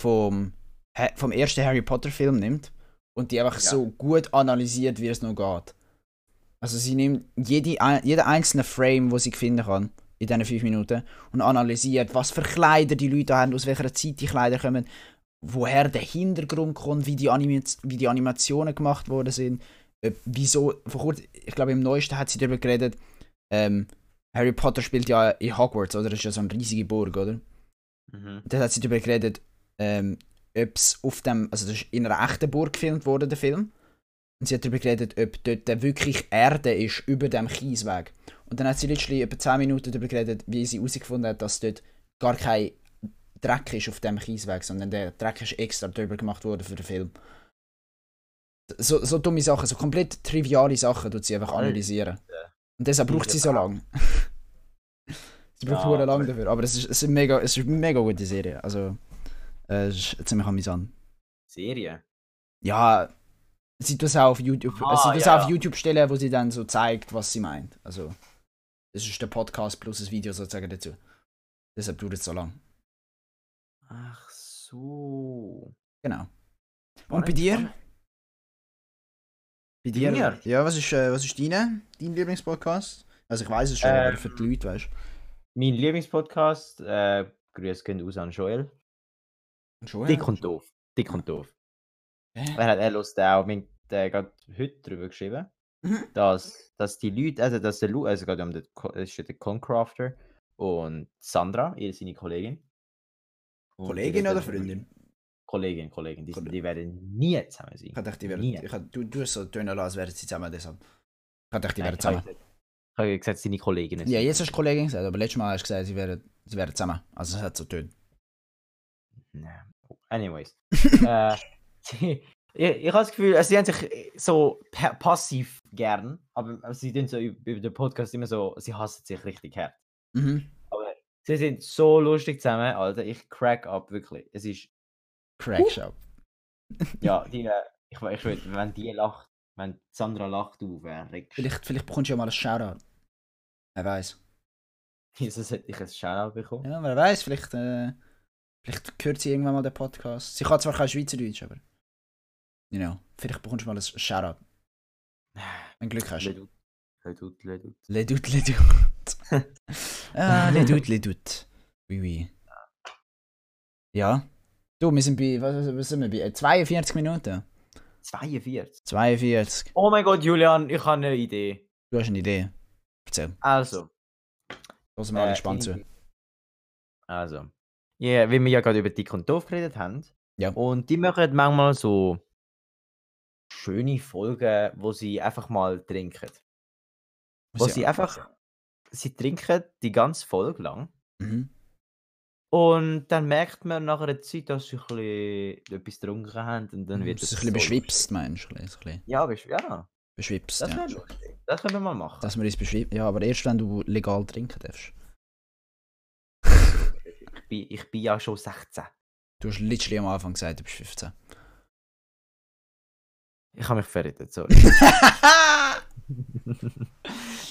[SPEAKER 2] vom, Ha- vom ersten Harry Potter Film nimmt und die einfach
[SPEAKER 1] Ja.
[SPEAKER 2] so gut analysiert, wie es noch geht. Also sie nimmt jede, ein- jeden einzelnen Frame, wo sie finden kann, in diesen fünf Minuten und analysiert, was für Kleider die Leute haben, aus welcher Zeit die Kleider kommen, woher der Hintergrund kommt, wie die, Anima wie die Animationen gemacht worden sind, äh, wieso, vor kurzem, ich glaube im Neuesten hat sie darüber geredet, ähm, Harry Potter spielt ja in Hogwarts, oder? Das ist ja so eine riesige Burg, oder?
[SPEAKER 1] Mhm.
[SPEAKER 2] Dann hat sie darüber geredet, ähm, ob es auf dem, also das ist in einer echten Burg gefilmt worden, der Film. Und sie hat darüber geredet, ob dort wirklich Erde ist, über dem Kiesweg. Und dann hat sie literally etwa 10 Minuten darüber geredet, wie sie herausgefunden hat, dass dort gar kein Dreck ist auf dem Kiesweg, sondern der Dreck ist extra darüber gemacht worden für den Film. So, so dumme Sachen, so komplett triviale Sachen tut sie einfach
[SPEAKER 1] Alter.
[SPEAKER 2] analysieren. Und deshalb braucht sie so
[SPEAKER 1] Frau.
[SPEAKER 2] lange. sie braucht
[SPEAKER 1] Ja,
[SPEAKER 2] ja, lange
[SPEAKER 1] aber-
[SPEAKER 2] dafür, aber es ist, es ist, mega, es ist eine mega gute Serie. Also, äh, es ist ziemlich amüsant.
[SPEAKER 1] Serie.
[SPEAKER 2] Ja, sie tut es auch auf YouTube,
[SPEAKER 1] Ah,
[SPEAKER 2] sie tut es
[SPEAKER 1] ja,
[SPEAKER 2] auch auf
[SPEAKER 1] ja.
[SPEAKER 2] YouTube stellen, wo sie dann so zeigt, was sie meint. Also, Das ist der Podcast plus das Video sozusagen dazu. Deshalb dauert es so lang.
[SPEAKER 1] Ach so.
[SPEAKER 2] Genau. Und
[SPEAKER 1] Spannend,
[SPEAKER 2] bei dir?
[SPEAKER 1] spannend.
[SPEAKER 2] Bei dir?
[SPEAKER 1] mir?
[SPEAKER 2] Ja, was ist, äh, was ist deine, dein Lieblingspodcast? Also ich weiß es schon,
[SPEAKER 1] Ähm,
[SPEAKER 2] aber für die Leute, weißt
[SPEAKER 1] Mein Lieblingspodcast, äh, Grüße gehen raus an Joel.
[SPEAKER 2] du? Schon,
[SPEAKER 1] Dick und doof. Dick und doof.
[SPEAKER 2] Hä?
[SPEAKER 1] Er hat er lust auch, wir haben äh, gerade heute darüber geschrieben,
[SPEAKER 2] Mhm.
[SPEAKER 1] dass, dass die Leute, also dass der Lu, also es geht um den, Ko- es ist der Concrafter und Sandra, ihre seine Kollegin. Und die
[SPEAKER 2] Äh, Kollegin
[SPEAKER 1] reden
[SPEAKER 2] oder
[SPEAKER 1] über-
[SPEAKER 2] Freundin?
[SPEAKER 1] Kollegin, Kollegin. Die,
[SPEAKER 2] Kolle-
[SPEAKER 1] die werden nie zusammen sein.
[SPEAKER 2] Ich dachte, die
[SPEAKER 1] Nie.
[SPEAKER 2] werden, ich hab- du, du hast so tönen lassen, als wären sie zusammen deshalb. Ich dachte, die
[SPEAKER 1] Nein,
[SPEAKER 2] wären
[SPEAKER 1] ich habe
[SPEAKER 2] zusammen.
[SPEAKER 1] gesagt- ich habe gesagt, seine Kolleginnen.
[SPEAKER 2] Ja,
[SPEAKER 1] sind-
[SPEAKER 2] jetzt hast du Kollegin gesagt, aber letztes Mal hast du gesagt, sie wären, sie wären zusammen. Also es hat so tönt.
[SPEAKER 1] Nein. Oh, Anyways. äh, ich ich habe das Gefühl, also sie haben sich so pa passiv gern, aber sie tun so üb- über den Podcast immer so, sie hassen sich richtig hart.
[SPEAKER 2] Mhm.
[SPEAKER 1] Sie sind so lustig zusammen, Alter. Ich crack up, wirklich. Es ist,
[SPEAKER 2] Crackshop.
[SPEAKER 1] ja, die, äh, ich, wü- ich würde, wenn die lacht, wenn Sandra lacht, du wärst
[SPEAKER 2] Vielleicht, vielleicht bekommst du ja mal einen Shoutout. Wer weiß.
[SPEAKER 1] Wieso hätte ich ein Shoutout bekommen?
[SPEAKER 2] Ja, wer weiß, vielleicht, äh, vielleicht hört sie irgendwann mal den Podcast. Sie kann zwar kein Schweizerdeutsch, aber. You know, vielleicht bekommst du mal ein Shoutout. Wenn du Glück hast.
[SPEAKER 1] Ledut, Ledut, Ledut.
[SPEAKER 2] Ledut, Ledut. ah, Ledut, Ledut. Oui, oui. Ja. Du, wir sind bei, was, was sind wir bei? Äh, 42 Minuten.
[SPEAKER 1] 42.
[SPEAKER 2] 42.
[SPEAKER 1] Oh mein Gott, Julian, ich habe eine Idee.
[SPEAKER 2] Du hast eine Idee. Erzähl.
[SPEAKER 1] Also.
[SPEAKER 2] Lass mal alle
[SPEAKER 1] äh,
[SPEAKER 2] gespannt zu.
[SPEAKER 1] in- Also. Ja, wie wir ja gerade über Dick und Doof geredet haben.
[SPEAKER 2] Ja.
[SPEAKER 1] Und die machen manchmal so schöne Folgen, wo sie einfach mal trinken. Wo sie einfach, sie trinken die ganze Folge lang.
[SPEAKER 2] Mhm.
[SPEAKER 1] Und dann merkt man nach einer Zeit, dass sie ein bisschen etwas getrunken haben und dann wird
[SPEAKER 2] Mhm. Das
[SPEAKER 1] es
[SPEAKER 2] ist
[SPEAKER 1] so-
[SPEAKER 2] ein bisschen beschwipst, meinst du? Ein bisschen- ein bisschen
[SPEAKER 1] Ja, besch- ja,
[SPEAKER 2] Beschwipst,
[SPEAKER 1] das
[SPEAKER 2] ja.
[SPEAKER 1] wäre lustig. Das können wir mal machen.
[SPEAKER 2] Dass man uns beschwipst. Ja, aber erst wenn du legal trinken darfst.
[SPEAKER 1] Ich, bin, ich bin ja schon 16.
[SPEAKER 2] Du hast literally am Anfang gesagt, du bist 15.
[SPEAKER 1] Ich habe mich verredet, sorry.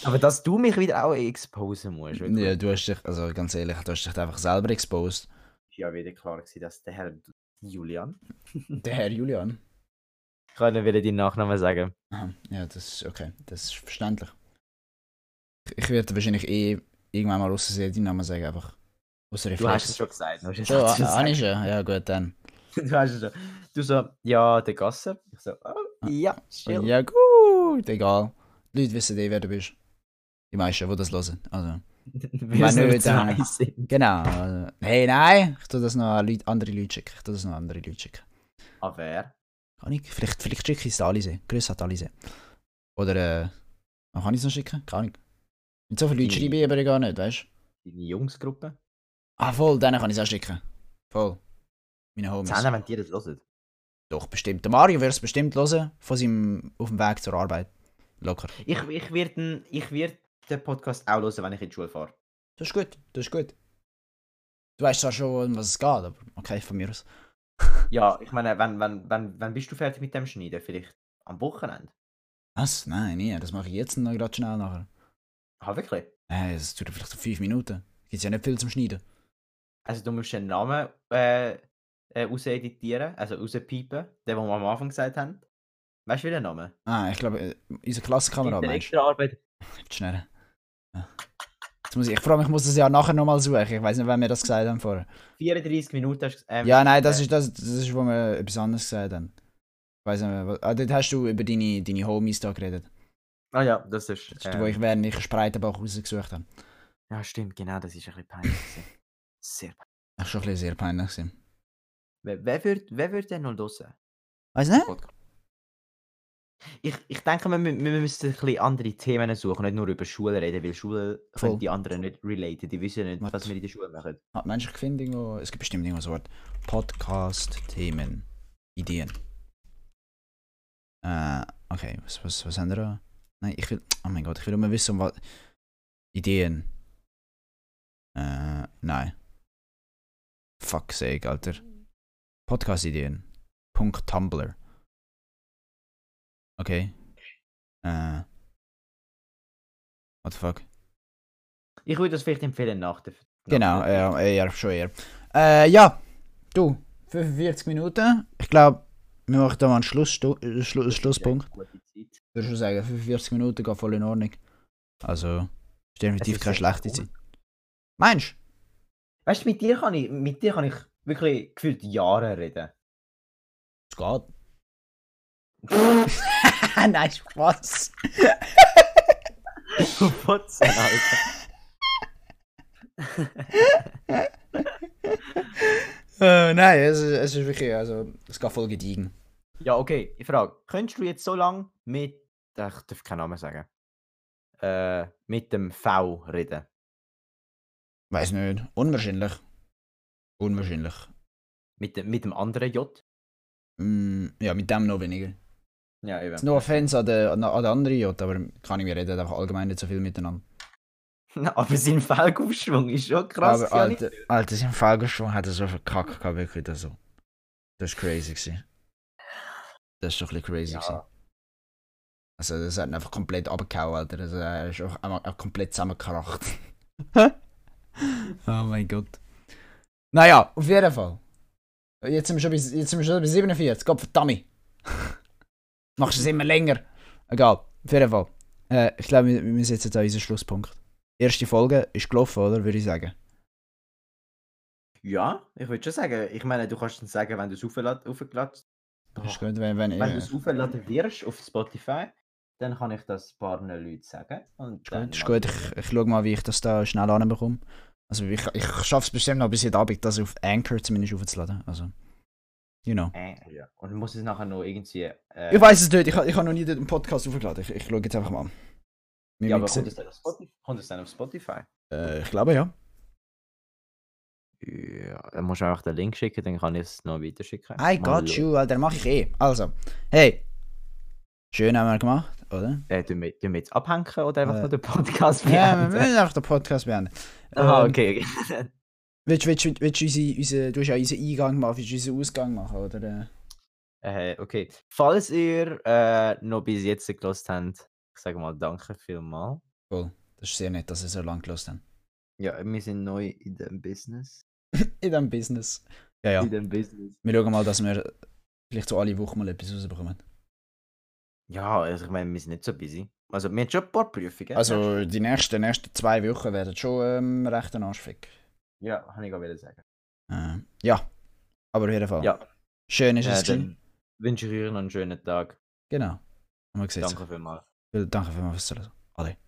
[SPEAKER 1] Aber dass du mich wieder auch exposen musst, weil
[SPEAKER 2] ja,
[SPEAKER 1] du-
[SPEAKER 2] du hast dich, also ganz ehrlich, du hast dich einfach selber exposed.
[SPEAKER 1] ist ja wieder klar gewesen, dass der Herr Julian.
[SPEAKER 2] Der Herr Julian.
[SPEAKER 1] Ich kann nicht wieder deinen Nachnamen sagen.
[SPEAKER 2] Aha. Ja, das ist okay. Das ist verständlich. Ich- Ich werde wahrscheinlich eh irgendwann mal aus Versehen deinen Namen sagen, einfach. Aus
[SPEAKER 1] Du hast es
[SPEAKER 2] Reflex.
[SPEAKER 1] schon gesagt. Du hast es
[SPEAKER 2] So,
[SPEAKER 1] schon
[SPEAKER 2] ah,
[SPEAKER 1] gesagt.
[SPEAKER 2] ah, ist ja. Ja, gut, dann.
[SPEAKER 1] Du hast es schon. Du so, ja, der Gasser. Ich so, oh, ja, chill.
[SPEAKER 2] Ah. Ja, gut, egal. Die Leute wissen eh, wer du bist. Die meisten, die das hören. Also.
[SPEAKER 1] Wir
[SPEAKER 2] Wenn
[SPEAKER 1] sind
[SPEAKER 2] nicht, dann-
[SPEAKER 1] zwei sind.
[SPEAKER 2] Genau. Also, hey, nein, ich tue das noch an Leute, andere Leute schicken. Ich tue das noch an andere Leute schicken.
[SPEAKER 1] Ah, wer?
[SPEAKER 2] Kann ich? Vielleicht, vielleicht schicke ich es Alise. Grüße an die Alise. Oder, äh, wann kann ich es noch schicken? Keine Ahnung. Mit so vielen Leuten
[SPEAKER 1] Die-
[SPEAKER 2] schreibe ich aber gar nicht, weißt du?
[SPEAKER 1] Deine Jungsgruppe?
[SPEAKER 2] Ah, voll, denen kann ich es auch schicken. Voll. Meine Homies.
[SPEAKER 1] Zähne, wenn die das hören.
[SPEAKER 2] Doch, bestimmt. Der Mario wird es bestimmt hören, von seinem, auf dem Weg zur Arbeit. Locker.
[SPEAKER 1] Ich, ich werde ich werd den Podcast auch hören, wenn ich in die Schule fahre.
[SPEAKER 2] Das ist gut, das ist gut. Du weißt zwar schon, um was es geht, aber okay, von mir aus.
[SPEAKER 1] Ja, ich meine, wenn, wenn, wenn, wenn bist du fertig mit dem Schneiden? Vielleicht am Wochenende?
[SPEAKER 2] Was? Nein, nie. Das mache ich jetzt noch gerade schnell nachher.
[SPEAKER 1] Ah, wirklich?
[SPEAKER 2] Äh, es dauert vielleicht so 5 Minuten. Gibt ja nicht viel zum Schneiden.
[SPEAKER 1] Also du musst einen Namen äh, äh, rauseditieren, also rauspiepen, den, den wir am Anfang gesagt haben. Weißt du, wie der Name?
[SPEAKER 2] Ah, ich glaube, äh, unsere Klassenkamera
[SPEAKER 1] Mit der
[SPEAKER 2] meinst
[SPEAKER 1] extra Arbeit.
[SPEAKER 2] du? Hilft Schnell. Ja. Jetzt muss ich, ich frage mich, ich muss das ja nachher nochmal suchen. Ich weiß nicht, wann wir das gesagt haben vorher.
[SPEAKER 1] 34 Minuten hast du ähm,
[SPEAKER 2] Ja, nein, das ist das, das ist, wo wir etwas anderes gesagt haben. Ich weiß nicht mehr. was- Ah, dort hast du über deine, deine Homies da geredet.
[SPEAKER 1] Ah ja, das ist.
[SPEAKER 2] Das ist, wo ich während ich einen Spreitenbach rausgesucht habe.
[SPEAKER 1] ja, stimmt, genau, das ist ein bisschen peinlich. gewesen. Sehr peinlich.
[SPEAKER 2] Das war schon ein bisschen sehr peinlich. gewesen.
[SPEAKER 1] Wer, wer würde wer würd denn noch hören?
[SPEAKER 2] Weiß nicht?
[SPEAKER 1] Podcast? Ich, ich denke, wir, mü- wir müssen ein bisschen andere Themen suchen, nicht nur über Schule reden, weil Schule
[SPEAKER 2] Voll.
[SPEAKER 1] können die anderen nicht relaten. Die wissen nicht,
[SPEAKER 2] Warte.
[SPEAKER 1] was wir in der Schule machen.
[SPEAKER 2] Hat Mensch, Ah, ich finde irgendwo, es gibt bestimmt irgendwo so Wort. Podcast-Themen. Ideen. Äh, okay, was, was, was haben wir da? Nein, ich will, oh mein Gott, ich will nur wissen, um was. Ideen. Äh, nein. Fuck sake, Alter. Podcast-Ideen. Punkt Tumblr. Okay. Äh. What the fuck?
[SPEAKER 1] Ich würde das vielleicht empfehlen nach der. nach
[SPEAKER 2] Genau,
[SPEAKER 1] der-
[SPEAKER 2] ja, eher, schon eher. Äh, ja, du, 45 Minuten. Ich glaube, wir machen da mal einen Schlussstu äh, Schlu Schlusspunkt.
[SPEAKER 1] Gute Zeit.
[SPEAKER 2] Ich würde schon sagen, 45 Minuten geht voll in Ordnung. Also, ist definitiv
[SPEAKER 1] Es ist
[SPEAKER 2] keine
[SPEAKER 1] so
[SPEAKER 2] schlechte
[SPEAKER 1] cool.
[SPEAKER 2] Zeit. Meinst
[SPEAKER 1] Weißt du, mit dir kann ich, mit dir kann ich wirklich gefühlt Jahre reden.
[SPEAKER 2] du? Es geht. Nein, Spaß.
[SPEAKER 1] Putzen, Alter.
[SPEAKER 2] Äh, nein, es ist, es ist wirklich, also, es geht voll gediegen.
[SPEAKER 1] Ja, okay, ich frage, könntest du jetzt so lange mit. Äh, Ich darf keinen Namen sagen. Äh, mit dem V reden.
[SPEAKER 2] Weiß nicht, unwahrscheinlich. Unwahrscheinlich.
[SPEAKER 1] Mit, dem- mit dem anderen J?
[SPEAKER 2] Mm, ja, mit dem noch weniger.
[SPEAKER 1] Ja, eben.
[SPEAKER 2] Jetzt no offense an den, an den anderen J, aber kann ich mir reden, einfach allgemein nicht so viel miteinander.
[SPEAKER 1] Aber sein Felgaufschwung ist schon krass.
[SPEAKER 2] aber
[SPEAKER 1] Janik.
[SPEAKER 2] Alter, Alter, sein Folgesprung hat er so verkackt, gehabt, wirklich, das so. Das ist crazy gewesen. Das ist schon ein bisschen crazy gewesen.
[SPEAKER 1] ja.
[SPEAKER 2] Also, das hat ihn einfach komplett abgehauen, Alter. Also, er ist auch einmal auch komplett zusammengekracht. oh mein Gott. Naja, auf jeden Fall. Jetzt sind wir schon bei, jetzt sind wir schon bei 47. Gott verdammt. Machst du es immer länger. Egal, auf jeden Fall. Äh, ich glaube, wir, wir setzen da unseren Schlusspunkt. Erste Folge ist gelaufen, oder? Würde ich sagen.
[SPEAKER 1] ja, ich würde schon sagen, ich meine, du kannst dann sagen, wenn du es aufgeladen hast.
[SPEAKER 2] Das ist gut, wenn, wenn,
[SPEAKER 1] Wenn du
[SPEAKER 2] äh,
[SPEAKER 1] es aufgeladen wirst auf Spotify, dann kann ich das ein paar Leuten sagen. Und dann
[SPEAKER 2] Gut, ist gut. Ich, ich schaue mal, wie ich das da schnell anbekomme. Also ich, ich schaffe es bestimmt noch bis heute Abend, das auf Anchor zumindest aufzuladen. Also, you know.
[SPEAKER 1] Äh, ja. Und muss es nachher noch irgendwie. Äh,
[SPEAKER 2] Ich weiß es nicht, ich, ha- ich habe noch nie dort einen Podcast aufgeladen. Ich, ich schaue jetzt einfach mal an. Wir
[SPEAKER 1] ja, aber
[SPEAKER 2] mixen.
[SPEAKER 1] kommt es, dann auf Spotify? kommt es dann auf Spotify?
[SPEAKER 2] äh, ich glaube ja.
[SPEAKER 1] Ja, dann musst du einfach den Link schicken, dann kann ich es noch weiterschicken.
[SPEAKER 2] I got you, Alter, mache ich eh. Also, hey. Schön haben wir gemacht, oder?
[SPEAKER 1] Äh, tun, wir, tun wir jetzt abhängen oder einfach
[SPEAKER 2] Äh.
[SPEAKER 1] nur den Podcast
[SPEAKER 2] Ja, wir
[SPEAKER 1] beenden?
[SPEAKER 2] müssen einfach den Podcast beenden.
[SPEAKER 1] Aha,
[SPEAKER 2] Ähm,
[SPEAKER 1] okay.
[SPEAKER 2] Willst, willst, willst, willst du, unsere, unsere, du hast ja unseren Eingang machen, willst du unseren Ausgang machen, oder? äh?
[SPEAKER 1] äh, okay. Falls ihr äh, noch bis jetzt gelost habt, ich sage mal danke vielmals.
[SPEAKER 2] Das ist sehr nett, dass ihr so lange gelassen habt.
[SPEAKER 1] Ja, wir sind neu in dem Business.
[SPEAKER 2] In diesem Business. Ja, ja.
[SPEAKER 1] In dem Business.
[SPEAKER 2] Wir schauen mal, dass wir vielleicht so alle Wochen mal etwas rausbekommen.
[SPEAKER 1] Ja, also ich meine, wir sind nicht so busy. Also wir haben schon ein paar Prüfungen.
[SPEAKER 2] Also die nächsten, nächsten zwei Wochen werden schon ähm, recht ein Arschfick.
[SPEAKER 1] Ja, habe ich gerade sagen.
[SPEAKER 2] Äh, ja. Aber auf jeden Fall.
[SPEAKER 1] Ja.
[SPEAKER 2] Schön ist
[SPEAKER 1] Äh,
[SPEAKER 2] es. gewesen.
[SPEAKER 1] dann wünsche ich euch noch einen schönen Tag.
[SPEAKER 2] Genau. Und wir sehen
[SPEAKER 1] Danke vielmals.
[SPEAKER 2] uns. Danke vielmals fürs Zuhören. Alle.